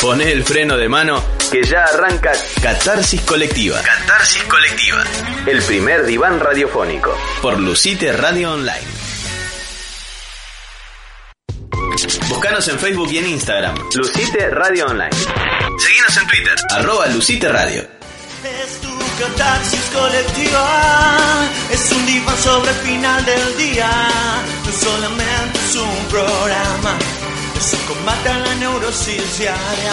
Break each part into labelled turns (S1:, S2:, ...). S1: Poné el freno de mano que ya arranca Catarsis Colectiva. Catarsis Colectiva. El primer diván radiofónico. Por Lucite Radio Online. Búscanos en Facebook y en Instagram. Lucite Radio Online. Seguinos en Twitter. Arroba Lucite Radio.
S2: Es tu catarsis colectiva, es un diván sobre el final del día. No solamente es un programa, es un combate a la neurosis diaria.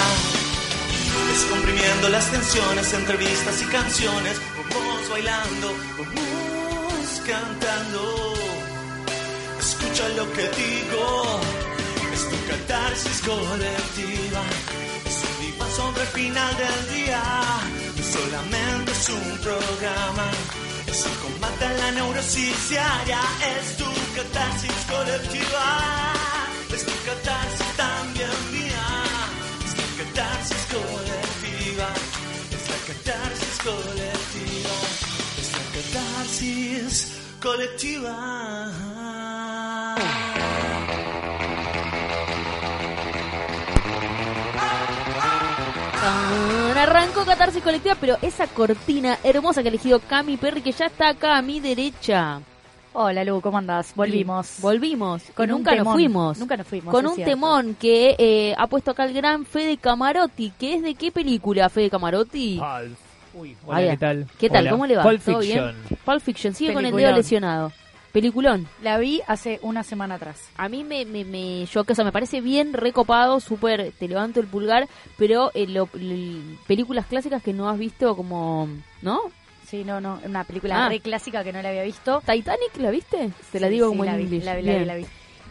S2: Es comprimiendo las tensiones, entrevistas y canciones. Vamos bailando, vamos cantando. Escucha lo que digo, es tu catarsis colectiva. Es un diván sobre el final del día. No solamente es un programa, es un combate a la neurosis diaria. Es tu catarsis colectiva, es tu catarsis también mía. Es tu catarsis colectiva, es la catarsis colectiva, es la catarsis colectiva.
S3: Tan, Mm, Arrancó Catarsis Colectiva, pero esa cortina hermosa que ha elegido Cami Perry, que ya está acá a mi derecha.
S4: Hola Lu, ¿cómo andás? Volvimos.
S3: Y volvimos.
S4: Con un
S3: nunca nos
S4: temón.
S3: fuimos.
S4: Nunca nos fuimos,
S3: Con
S4: es
S3: un
S4: cierto.
S3: temón que eh, ha puesto acá el gran Fede Camarotti, que es de qué película, Fede Camarotti.
S5: Pulp. Uy, Ah, hola,
S3: Vaya.
S5: ¿qué tal?
S3: ¿Qué tal?
S5: Hola.
S3: ¿Cómo le va?
S5: Pulp
S3: ¿Todo
S5: Fiction.
S3: bien? Pulp Fiction, sigue con el dedo
S4: Peliculón.
S3: lesionado. Peliculón.
S4: La vi hace una semana atrás.
S3: A mí me, me, me choca, o sea, me parece bien recopado, súper, te levanto el pulgar, pero eh, lo- l- películas clásicas que no has visto como, ¿no?
S4: Sí, no, no, una película
S3: Ah.
S4: re clásica que no la había visto.
S3: Titanic, ¿la viste? Te la
S4: Sí,
S3: digo
S4: sí,
S3: como en
S4: la vi,
S3: inglés.
S4: La vi, la vi,
S3: Bien.
S4: la vi.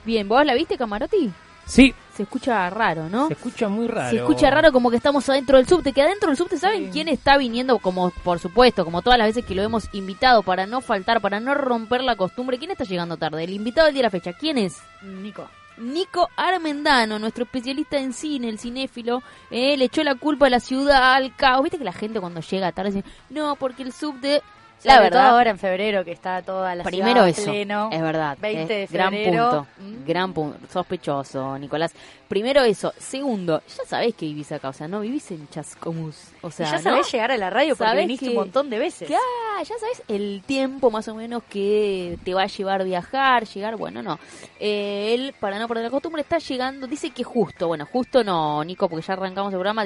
S3: Bien, ¿vos la viste, Camarotti?
S5: Sí,
S3: Se escucha raro, ¿no?
S5: se escucha muy raro.
S3: Se escucha raro como que estamos adentro del subte, que adentro del subte, ¿saben quién está viniendo? Como, por supuesto, como todas las veces que lo hemos invitado para no faltar, para no romper la costumbre. ¿Quién está llegando tarde? El invitado del día de la fecha, ¿quién es?
S4: Nico.
S3: Nico Armendano, nuestro especialista en cine, el cinéfilo, eh, le echó la culpa a la ciudad, al caos. Viste que la gente cuando llega tarde dice, no, porque el subte... la
S4: Sobre
S3: verdad,
S4: todo ahora en febrero que está toda la
S3: Primero
S4: ciudad
S3: eso,
S4: pleno.
S3: es verdad.
S4: 20 de
S3: eh, gran
S4: febrero. Mm.
S3: punto, gran punto, sospechoso, Nicolás. Primero eso, segundo, ya sabés que vivís acá, o sea, no vivís en Chascomús, o
S4: Y
S3: sea,
S4: ya
S3: ¿no?
S4: sabés llegar a la radio porque
S3: Sabés
S4: viniste
S3: que-
S4: un montón de veces.
S3: Claro, ya sabes el tiempo más o menos que te va a llevar viajar, llegar, bueno, no. Eh, él, para no perder la costumbre, está llegando, dice que justo, bueno, justo no, Nico, porque ya arrancamos el programa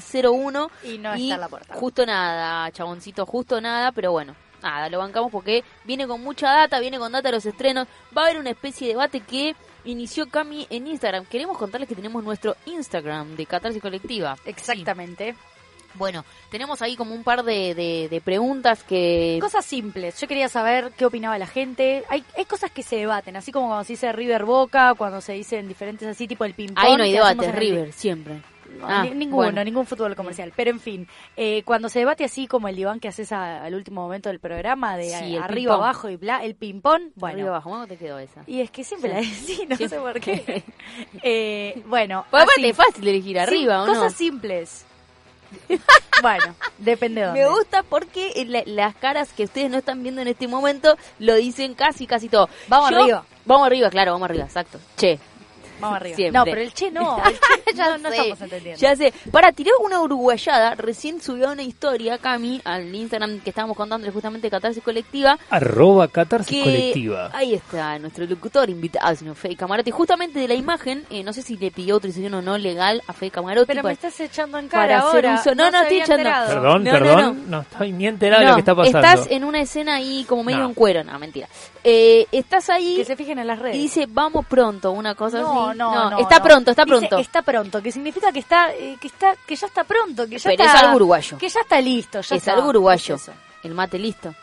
S3: 1901.
S4: Y no está en la puerta.
S3: Justo nada, chaboncito, justo nada, pero bueno, nada, lo bancamos porque viene con mucha data, viene con data de los estrenos. Va a haber una especie de debate que inició Cami en Instagram. Queremos contarles que tenemos nuestro Instagram de Catarsis Colectiva.
S4: Exactamente.
S3: Bueno, tenemos ahí como un par de, de- de preguntas que...
S4: Cosas simples. Yo quería saber qué opinaba la gente. Hay, hay cosas que se debaten, así como cuando se dice River Boca, cuando se dicen diferentes así, tipo el ping-pong.
S3: Ahí no hay
S4: que hacemos
S3: debate,
S4: en el-
S3: River, siempre.
S4: No,
S3: Ah,
S4: ni- ninguno,
S3: bueno.
S4: ningún fútbol comercial. Pero en fin, eh, cuando se debate así como el diván que haces a- al último momento del programa, de
S3: Sí,
S4: a-
S3: el
S4: arriba,
S3: ping-pong.
S4: abajo y bla, el ping-pong, bueno.
S3: Arriba, abajo, ¿cómo te quedó esa?
S4: Y es que siempre la decí, no
S3: Sí.
S4: sé por qué. Eh, bueno,
S3: Porque
S4: así.
S3: Pues aparte es fácil elegir arriba,
S4: Sí,
S3: ¿o no?
S4: Cosas simples. bueno, depende de dónde.
S3: Me gusta porque eh, la- las caras que ustedes no están viendo en este momento lo dicen casi, casi todo.
S4: Vamos arriba.
S3: Vamos arriba, claro, vamos arriba, exacto. Che.
S4: Vamos arriba.
S3: Siempre.
S4: No, pero el che no. el che no, no
S3: sé,
S4: estamos entendiendo.
S3: Ya sé. Para, tiré una uruguayada. Recién subió una historia, Cami, al Instagram que estábamos contándoles justamente de Catarsis Colectiva.
S5: Arroba catarsis
S3: que- Ah,
S5: colectiva.
S3: Ahí está, nuestro locutor invitado, señor Fede Camarote. Justamente de la imagen, eh, no sé si le pidió autorización o no legal a Fede pues, Camarote.
S4: Pero me
S3: para-
S4: estás echando en
S3: para
S4: cara
S3: hacer
S4: ahora.
S3: uso- no, no,
S4: se
S3: estoy
S4: había
S3: echando.
S4: enterado.
S5: Perdón,
S3: No, no,
S5: perdón. No,
S3: no.
S5: estoy ni enterado de lo que está pasando.
S3: estás en una escena ahí como medio
S5: No.
S3: en cuero, no, mentira. Eh, estás ahí
S4: Que se fijen en las redes.
S3: y dice, vamos pronto, una cosa
S4: no,
S3: así.
S4: no, no,
S3: está
S4: no.
S3: pronto, está
S4: Dice,
S3: pronto.
S4: está pronto, que significa que está, eh, que está, que ya está pronto, que ya
S3: Pero
S4: está.
S3: es algo uruguayo.
S4: Que ya está listo, ya
S3: es
S4: está.
S3: algo uruguayo.
S4: Es eso.
S3: el mate listo.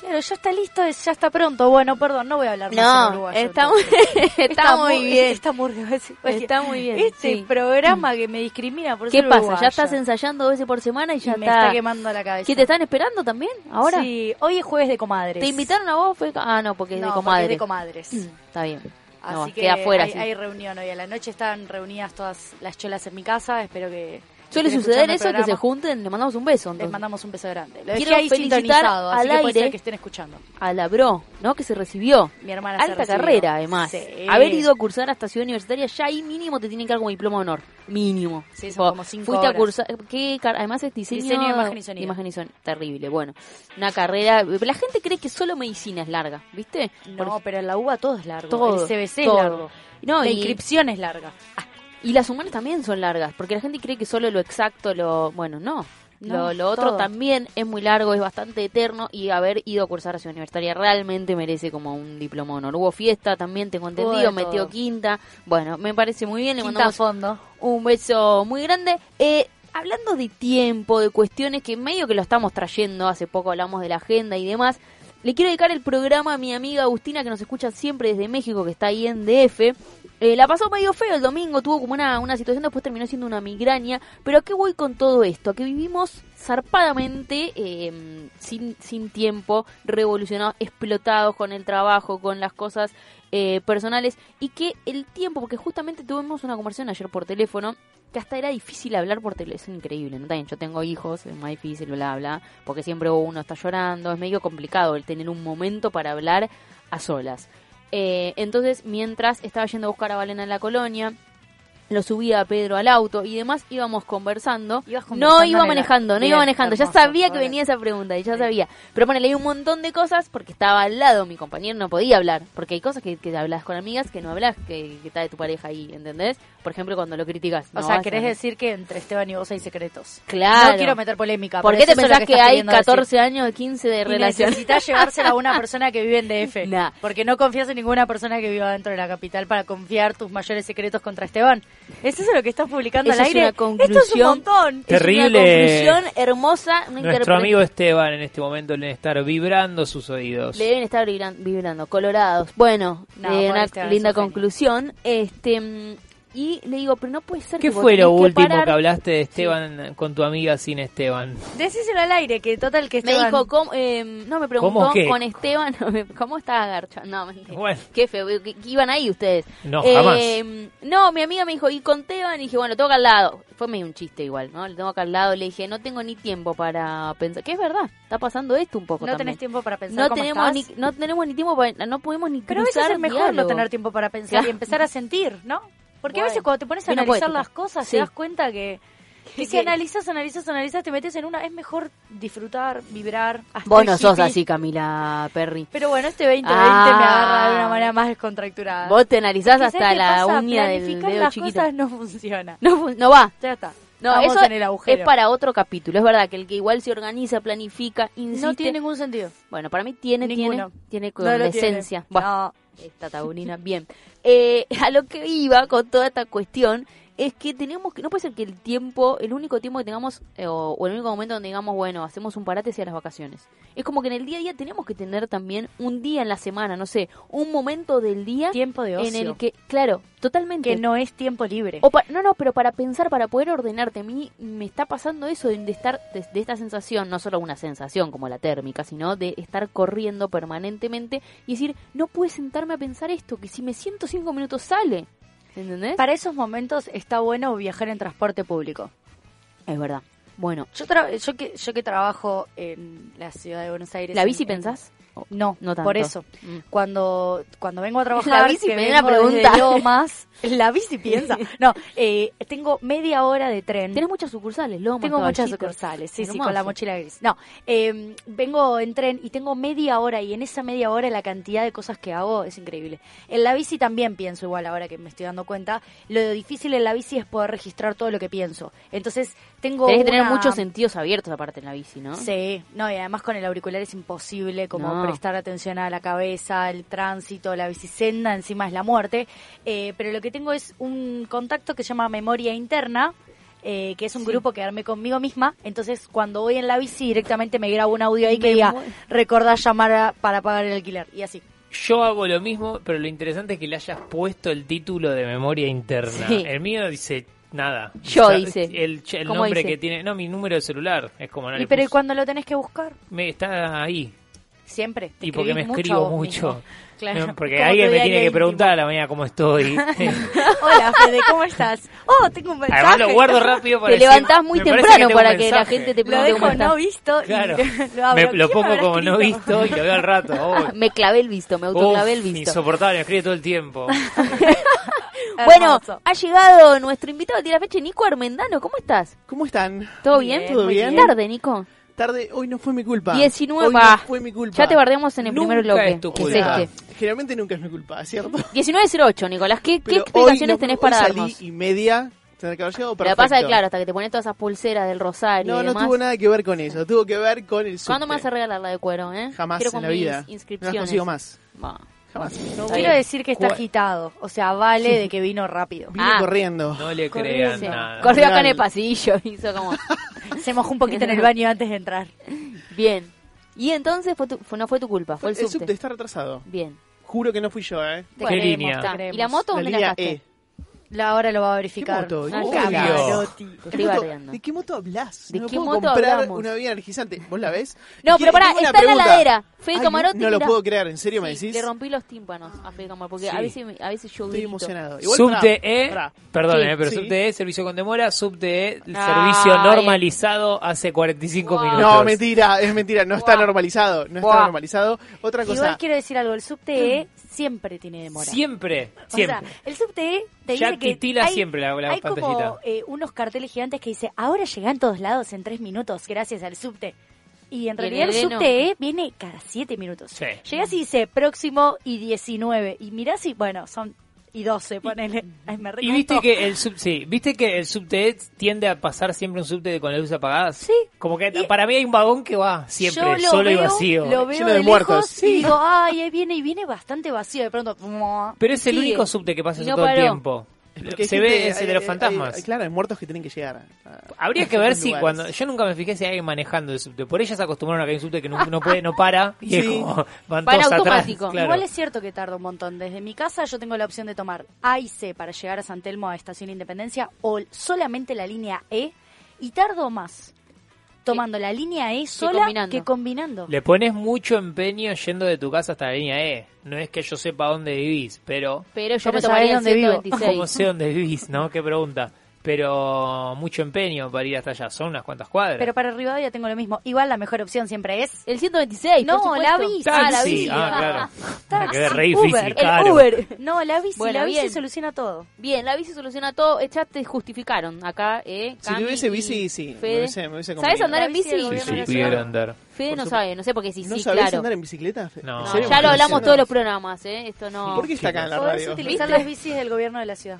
S4: claro, ya está listo, es- ya está pronto. Bueno, perdón, no voy a hablar más en uruguayo.
S3: está, muy,
S4: entonces.
S3: está muy bien.
S4: Está muy bien.
S3: Está muy bien,
S4: Este
S3: sí.
S4: programa que me discrimina por
S3: ¿Qué
S4: ser
S3: pasa?
S4: uruguaya.
S3: Ya estás ensayando dos veces por semana y
S4: Y
S3: ya
S4: me
S3: está.
S4: está quemando la cabeza.
S3: ¿Qué te están esperando también? Ahora.
S4: Sí, hoy es jueves de comadres.
S3: ¿Te invitaron a vos? Fue- Ah, no, porque es
S4: No,
S3: de
S4: porque
S3: comadre.
S4: es de comadres.
S3: Está bien. No,
S4: Así que
S3: queda fuera.
S4: hay,
S3: sí.
S4: hay reunión hoy a la noche, están reunidas todas las cholas en mi casa, espero que
S3: Suele
S4: estén
S3: suceder
S4: escuchando el
S3: eso, que
S4: programa.
S3: se junten, le mandamos un beso.
S4: Les
S3: entonces.
S4: mandamos un beso grande. Lo
S3: Quiero
S4: dejé ahí
S3: felicitar
S4: sintonizado, así
S3: al
S4: que puede ser
S3: aire.
S4: que estén escuchando.
S3: a la Bro, ¿no? Que se recibió.
S4: Mi hermana se
S3: Alta
S4: recibió.
S3: carrera, además.
S4: Sí.
S3: Haber ido a cursar hasta Ciudad Universitaria, ya ahí mínimo te tienen que dar como diploma de honor. Mínimo.
S4: Sí, son
S3: Tipo,
S4: como cinco
S3: Fuiste
S4: horas.
S3: a cursar. ¿qué car- además es diseño,
S4: Diseño, imagen y sonido.
S3: imagen y son- Terrible, bueno. Una carrera. La gente cree que solo medicina es larga, ¿viste?
S4: No, pero en la UBA todo es largo.
S3: Todo,
S4: el CBC
S3: todo.
S4: es largo.
S3: No,
S4: la
S3: y-
S4: inscripción es larga.
S3: Y las humanas también son largas, porque la gente cree que solo lo exacto, lo bueno, no.
S4: No,
S3: lo, lo otro
S4: todo.
S3: también es muy largo, es bastante eterno y haber ido a cursar a su universitaria realmente merece como un diploma de honor. Hubo fiesta también, tengo entendido,
S4: de
S3: metió
S4: todo.
S3: quinta. Bueno, me parece muy bien, le
S4: Quinta a
S3: mandamos
S4: fondo.
S3: un beso muy grande. Eh, hablando de tiempo, de cuestiones que medio que lo estamos trayendo, hace poco hablamos de la agenda y demás. Le quiero dedicar el programa a mi amiga Agustina, que nos escucha siempre desde México, que está ahí en DF. Eh, la pasó medio feo el domingo, tuvo como una, una situación, después terminó siendo una migraña. Pero ¿a qué voy con todo esto? A que vivimos zarpadamente, eh, sin, sin tiempo, revolucionados, explotados con el trabajo, con las cosas eh, personales y que el tiempo, porque justamente tuvimos una conversación ayer por teléfono que hasta era difícil hablar por teléfono, es increíble, ¿no? También yo tengo hijos, es más difícil, bla, bla, porque siempre uno está llorando, es medio complicado el tener un momento para hablar a solas. Eh, entonces, mientras estaba yendo a buscar a Valena en la colonia, lo subía a Pedro al auto y demás, íbamos conversando.
S4: Ibas
S3: no
S4: conversando en
S3: iba
S4: el-
S3: manejando, no
S4: Bien,
S3: iba manejando, ya
S4: hermoso,
S3: sabía que
S4: pobre.
S3: venía esa pregunta y ya sabía. Pero bueno, leí un montón de cosas porque estaba al lado, mi compañero no podía hablar. Porque hay cosas que, que hablas con amigas que no hablas, que, que está de tu pareja ahí, ¿entendés? Por ejemplo, cuando lo criticas.
S4: O
S3: no
S4: sea,
S3: vas
S4: querés
S3: a-
S4: decir que entre Esteban y vos hay secretos.
S3: Claro.
S4: No quiero meter polémica.
S3: ¿Por
S4: pero
S3: qué te
S4: es eso lo
S3: pensás que,
S4: estás
S3: hay
S4: queriendo decir.
S3: 14 años, 15 de
S4: Y
S3: relación?
S4: necesitas llevársela a una persona que vive en DF.
S3: Nah.
S4: Porque no confías en ninguna persona que viva dentro de la capital para confiar tus mayores secretos contra Esteban. ¿Es eso lo que estás publicando
S3: Eso
S4: al
S3: es
S4: aire?
S3: una
S4: Esto es un
S3: conclusión.
S4: montón.
S3: Es
S5: Terrible.
S3: Una conclusión hermosa, una
S5: Nuestro
S3: interpretación-
S5: amigo Esteban en este momento deben estar vibrando sus oídos.
S3: Le deben estar vibran- vibrando, colorados. Bueno,
S4: No,
S3: eh,
S4: pobre
S3: una
S4: Esteban,
S3: linda
S4: es un genio.
S3: conclusión. Este mm, y le digo, pero no puede ser
S5: ¿Qué
S3: que vos
S5: fue lo
S3: tenés que
S5: último
S3: parar".
S5: que hablaste de Esteban con tu amiga sin Esteban?
S4: Decíselo al aire, que total que
S3: Me
S4: Esteban...
S3: dijo, ¿cómo, eh, no me preguntó
S5: ¿Cómo qué?
S3: con Esteban, ¿cómo estaba Garcha? No, mentira.
S5: Bueno.
S3: Qué feo, que- que iban ahí ustedes.
S5: No,
S3: Eh,
S5: jamás.
S3: No, mi amiga me dijo, y con Esteban, y dije, bueno, lo tengo acá al lado. Fue medio un chiste igual, ¿no? Lo tengo acá al lado, le dije, no tengo ni tiempo para pensar. Que es verdad, está pasando esto un poco
S4: No
S3: también.
S4: tenés tiempo para pensar
S3: no
S4: cómo
S3: tenemos, ni,
S4: estás.
S3: no tenemos ni tiempo para, no podemos ni
S4: Pero a veces
S3: cruzar
S4: es mejor no
S3: diálogo.
S4: tener tiempo para pensar
S3: Claro.
S4: y empezar a sentir, ¿no? Porque a
S3: Bueno,
S4: veces cuando te pones a
S3: vino
S4: analizar
S3: poética.
S4: las cosas
S3: Sí.
S4: te das cuenta que, que si
S3: Que-
S4: analizas, analizas, analizas, te metes en una, es mejor disfrutar, vibrar. hasta
S3: Vos
S4: el
S3: no sos
S4: hippie.
S3: así, Camila Perry.
S4: Pero bueno, este 2020 me
S3: Ah.
S4: agarra de una manera más descontracturada.
S3: Vos te analizás
S4: Porque, ¿sabes
S3: hasta
S4: qué
S3: la
S4: pasa?
S3: uña del
S4: Planificar
S3: dedo
S4: las
S3: chiquito.
S4: cosas no funciona.
S3: No, fu- no va,
S4: Ya está.
S3: No,
S4: Estamos
S3: eso
S4: en el agujero.
S3: es para otro capítulo. Es verdad que el que igual se organiza, planifica, insiste.
S4: No tiene ningún sentido.
S3: Bueno, para mí tiene,
S4: Ninguno.
S3: tiene, tiene con
S4: No lo tiene.
S3: decencia. Bueno,
S4: No.
S3: esta taurina, bien. Eh, a lo que iba con toda esta cuestión es que tenemos que, no puede ser que el tiempo, el único tiempo que tengamos, eh, o, o el único momento donde digamos, bueno, hacemos un parate sea las vacaciones. Es como que en el día a día tenemos que tener también un día en la semana, no sé, un momento del día
S4: Tiempo de ocio.
S3: en el que, claro, totalmente.
S4: que no es tiempo libre.
S3: O pa- no, no, pero para pensar, para poder ordenarte, a mí me está pasando eso de, de estar, de, de esta sensación, no solo una sensación como la térmica, sino de estar corriendo permanentemente y decir, no pude sentarme a pensar esto, que si me siento cinco minutos sale. ¿Entendés?
S4: Para esos momentos está bueno viajar en transporte público.
S3: Es verdad. Bueno,
S4: Yo, tra- yo, que, yo que trabajo en la ciudad de Buenos Aires.
S3: ¿la
S4: en-
S3: bici
S4: en-
S3: pensás?
S4: Oh, No,
S3: No tanto.
S4: por eso.
S3: Mm.
S4: Cuando, cuando vengo a trabajar,
S3: La bici
S4: que
S3: me da
S4: vengo
S3: la
S4: desde
S3: pregunta.
S4: Lomas, la bici piensa. No, eh, tengo media hora de tren.
S3: Tenés muchas sucursales, Lomas,
S4: Tengo muchas
S3: Caballitos.
S4: sucursales, sí, sí,
S3: Hermoso.
S4: con la mochila gris. No, eh, vengo en tren y tengo media hora y en esa media hora la cantidad de cosas que hago es increíble. En la bici también pienso igual ahora que me estoy dando cuenta. Lo difícil en la bici es poder registrar todo lo que pienso. Entonces tengo...
S3: Tenés que tener
S4: una-
S3: muchos sentidos abiertos aparte en la bici, ¿no?
S4: Sí, no, y además con el auricular es imposible como
S3: No.
S4: prestar atención a la cabeza, el tránsito, la bicicenda, encima es la muerte. Eh, pero lo que tengo es un contacto que se llama Memoria Interna, eh, que es un grupo que armé conmigo misma. Entonces, cuando voy en la bici, directamente me grabo un audio ahí que diga,
S3: Memoria.
S4: recordá llamar a- para pagar el alquiler, y así.
S5: Yo hago lo mismo, pero lo interesante es que le hayas puesto el título de memoria interna.
S3: Sí.
S5: El mío dice nada.
S3: Yo
S5: O sea,
S3: dice.
S5: El, ch- el
S3: ¿Cómo
S5: nombre
S3: dice?
S5: que tiene. No, mi número de celular. Es como no
S4: Y,
S5: le
S4: pero ¿y
S5: puse.
S4: cuando lo tenés que buscar?
S5: Me está ahí.
S4: Siempre. Te
S5: Y porque me
S4: escribís mucho a
S5: escribo
S4: vos
S5: mucho.
S4: mismo. Claro.
S5: No, Porque
S4: Como tu
S5: alguien me
S4: diario
S5: tiene que
S4: íntimo.
S5: preguntar a la mañana cómo estoy.
S4: Hola, Fede, ¿cómo estás? Oh, tengo un mensaje.
S5: Además lo guardo rápido para
S3: Te
S5: decir,
S3: levantás muy
S5: "Me parece
S3: temprano
S5: tengo un
S3: para que la
S5: mensaje".
S3: gente te
S4: Lo
S3: pregunte cómo
S4: dejo
S3: estás.
S4: no visto y
S5: Claro.
S4: lo abro.
S5: Me- lo
S4: ¿Quién me
S5: pongo
S4: habrá
S5: como no
S4: escrito?
S5: visto y lo veo al rato. Oh.
S3: Ah, Me clavé el visto, me autoclavé el
S5: Uf,
S3: visto.
S5: Insoportable, me escribe todo el tiempo.
S3: Bueno,
S4: Hermoso.
S3: ha llegado nuestro invitado de la fecha, Nico Armendano. ¿Cómo estás?
S6: ¿Cómo están?
S3: ¿Todo
S4: Bien,
S3: bien?
S6: ¿todo
S3: Muy
S6: bien?
S3: Tarde, Nico.
S6: Tarde, hoy no fue mi culpa.
S3: 19.
S6: Hoy no
S3: Ah,
S6: fue mi culpa.
S3: Ya te guardemos en el primer
S5: Nunca
S3: bloque,
S5: es tu
S3: que es
S5: culpa.
S3: este.
S6: Generalmente nunca es mi culpa, ¿cierto?
S3: 19.08, Nicolás. ¿Qué, qué
S6: Pero
S3: explicaciones
S6: hoy no-
S3: tenés
S6: hoy
S3: para
S6: salí
S3: darnos?
S6: y media, tendrá que haber
S3: Pero
S6: llegado perfecto.
S3: pasa que, claro, hasta que te pones todas esas pulseras del rosario
S6: No,
S3: y
S6: no
S3: demás.
S6: tuvo nada que ver con eso. Tuvo que ver con el subte.
S3: ¿Cuándo me vas a regalar la de cuero, eh?
S6: Jamás
S3: Quiero
S6: en
S3: con
S6: la
S3: mis
S6: vida. No
S3: inscripciones.
S6: las consigo más.
S3: Bah.
S6: Jamás. No,
S4: Quiero decir que está
S5: Cua-
S4: agitado. O sea, vale de que vino rápido.
S6: vine
S3: Ah.
S6: corriendo.
S5: No le
S4: Corrió,
S5: crean
S4: sí.
S5: nada.
S3: Corrió acá en el
S6: Real.
S3: pasillo, hizo como...
S4: Se mojó un poquito en el baño antes de entrar.
S3: Bien. Y entonces fue tu- fue- no fue tu culpa, fue el
S6: el,
S3: subte.
S6: subte está retrasado.
S3: Bien.
S6: Juro que no fui yo, ¿eh?
S4: Te
S5: ¿Qué
S4: queremos,
S5: línea?
S4: te
S3: Está. ¿Y la
S4: queremos.
S3: moto
S6: La
S3: dónde la
S6: línea
S3: dejaste?
S6: E.
S4: La hora lo va a verificar.
S6: moto?
S4: Ah,
S6: Obvio.
S4: Camarotti.
S6: ¿Qué
S3: Estoy
S6: moto-
S3: bardeando.
S6: ¿De qué moto hablas?
S3: ¿De
S6: no me
S3: qué
S6: puedo
S3: moto
S6: comprar
S3: hablamos?
S6: una bebida energizante. ¿Vos la ves?
S3: No,
S6: Y
S3: pero
S6: quiero-
S3: pará,
S6: tengo una
S3: está en la
S6: pregunta.
S3: ladera. Fede
S6: Ay,
S3: Camarotti,
S6: No lo
S3: mirá.
S6: puedo creer, ¿en serio me
S3: Sí,
S6: decís?
S3: Le rompí los tímpanos a Fede Camarotti, porque a,
S6: Sí.
S3: veces, a veces yo
S6: Estoy
S3: grito.
S6: emocionado. Igual,
S5: Subte
S6: pará,
S5: E,
S6: pará.
S5: perdón,
S6: Sí,
S5: eh, pero
S6: sí.
S5: subte E, servicio con demora, subte E, el
S3: Ay.
S5: servicio normalizado hace 45
S3: Wow.
S5: minutos.
S6: No, mentira, es mentira, no está
S3: Buah.
S6: normalizado, no está
S3: Buah.
S6: normalizado. Otra
S4: Igual
S6: cosa,
S4: quiero decir algo. El subte E siempre tiene demora.
S5: Siempre,
S4: O
S5: siempre.
S4: sea, el subte E te
S5: Ya
S4: dice que
S5: titila
S4: hay,
S5: siempre la- la
S4: hay como
S5: pantallita.
S4: eh, unos carteles gigantes que dice ahora llegan todos lados en tres minutos gracias al subte. Y en
S3: Y en
S4: realidad el,
S3: el E no.
S4: subte E viene cada siete minutos.
S5: Sí.
S4: Llegas y dice próximo y 19. Y mirás y bueno, son y 12, ponele. Ay, me
S5: y
S4: recostó.
S5: viste que el sub, sí, viste que el subte E tiende a pasar siempre un subte con las luces apagadas.
S4: Sí.
S5: Como que
S4: Y-
S5: para mí hay un vagón que va
S4: Yo
S5: siempre,
S4: lo
S5: solo y
S4: veo-
S5: vacío.
S4: Lo veo
S6: Lleno
S4: de,
S6: de muertos.
S4: lejos y digo, ay, ahí viene y viene bastante vacío. De pronto,
S5: Pero es el
S4: sigue.
S5: único subte que pasa
S3: Y
S5: eso
S3: no
S5: todo
S3: paró.
S5: el tiempo.
S6: porque hay
S5: Se
S6: gente-
S5: ve ese
S6: hay-
S5: de los
S6: hay-
S5: fantasmas.
S6: hay- eh, claro, hay muertos que tienen que llegar. a-
S5: Habría
S6: a
S5: que ver
S6: ciertos
S5: si
S6: lugares.
S5: cuando yo nunca me fijé si hay alguien manejando el subte. Por ellas se acostumbraron a que hay un subte que no, no puede, no para y es
S6: Sí.
S5: como van
S3: Para
S5: todos atrás,
S3: automático.
S5: claro.
S4: Igual es cierto que tarda un montón. Desde mi casa yo tengo la opción de tomar A y C para llegar a San Telmo a Estación Independencia o solamente la línea E y tardo más tomando la línea E sola
S3: combinando.
S4: que combinando.
S5: Le pones mucho empeño yendo de tu casa hasta la línea E. No es que yo sepa dónde vivís, pero
S3: Pero yo
S4: Pero
S3: me
S4: sabés
S3: tomaría el
S4: dónde vivo.
S3: 126.
S5: como sé dónde vivís, ¿no? Qué pregunta. Pero mucho empeño para ir hasta allá. Son unas cuantas cuadras.
S4: Pero para Rivadavia tengo lo mismo. Igual la mejor opción siempre es
S3: El 126,
S4: No,
S3: por
S4: la
S3: supuesto.
S4: bici.
S5: Taxi.
S3: Ah, la
S4: bici.
S5: Ah, claro.
S4: Taxi,
S5: Que es re difícil,
S4: Uber. El
S5: caro.
S3: Uber.
S4: No, la bici,
S3: Bueno,
S4: la bici
S3: bien.
S4: soluciona todo.
S3: Bien, la bici soluciona todo. Eh, Ya te justificaron acá, ¿eh?
S6: Si tuviese bici, sí, me hubiese- me hubiese
S3: ¿Sabes
S6: convenido.
S3: andar en
S4: La bici
S3: bici?
S4: del
S5: Sí,
S4: gobierno
S5: sí,
S4: nacional.
S5: pudiera andar.
S3: Fede
S6: Por
S3: no
S6: supuesto.
S3: sabe, no sé por qué sí,
S6: ¿No
S3: sí,
S6: sabés
S3: claro.
S6: andar en bicicleta? Fe?
S5: No.
S6: ¿En
S3: No,
S6: serio?
S3: ya lo
S6: Me
S3: hablamos todos los
S6: impresionás.
S3: programas, ¿eh? Esto no.
S6: ¿Por qué está acá en la
S4: Podés
S6: radio?
S4: utilizar
S3: ¿Viste?
S4: las bicis del gobierno de la ciudad.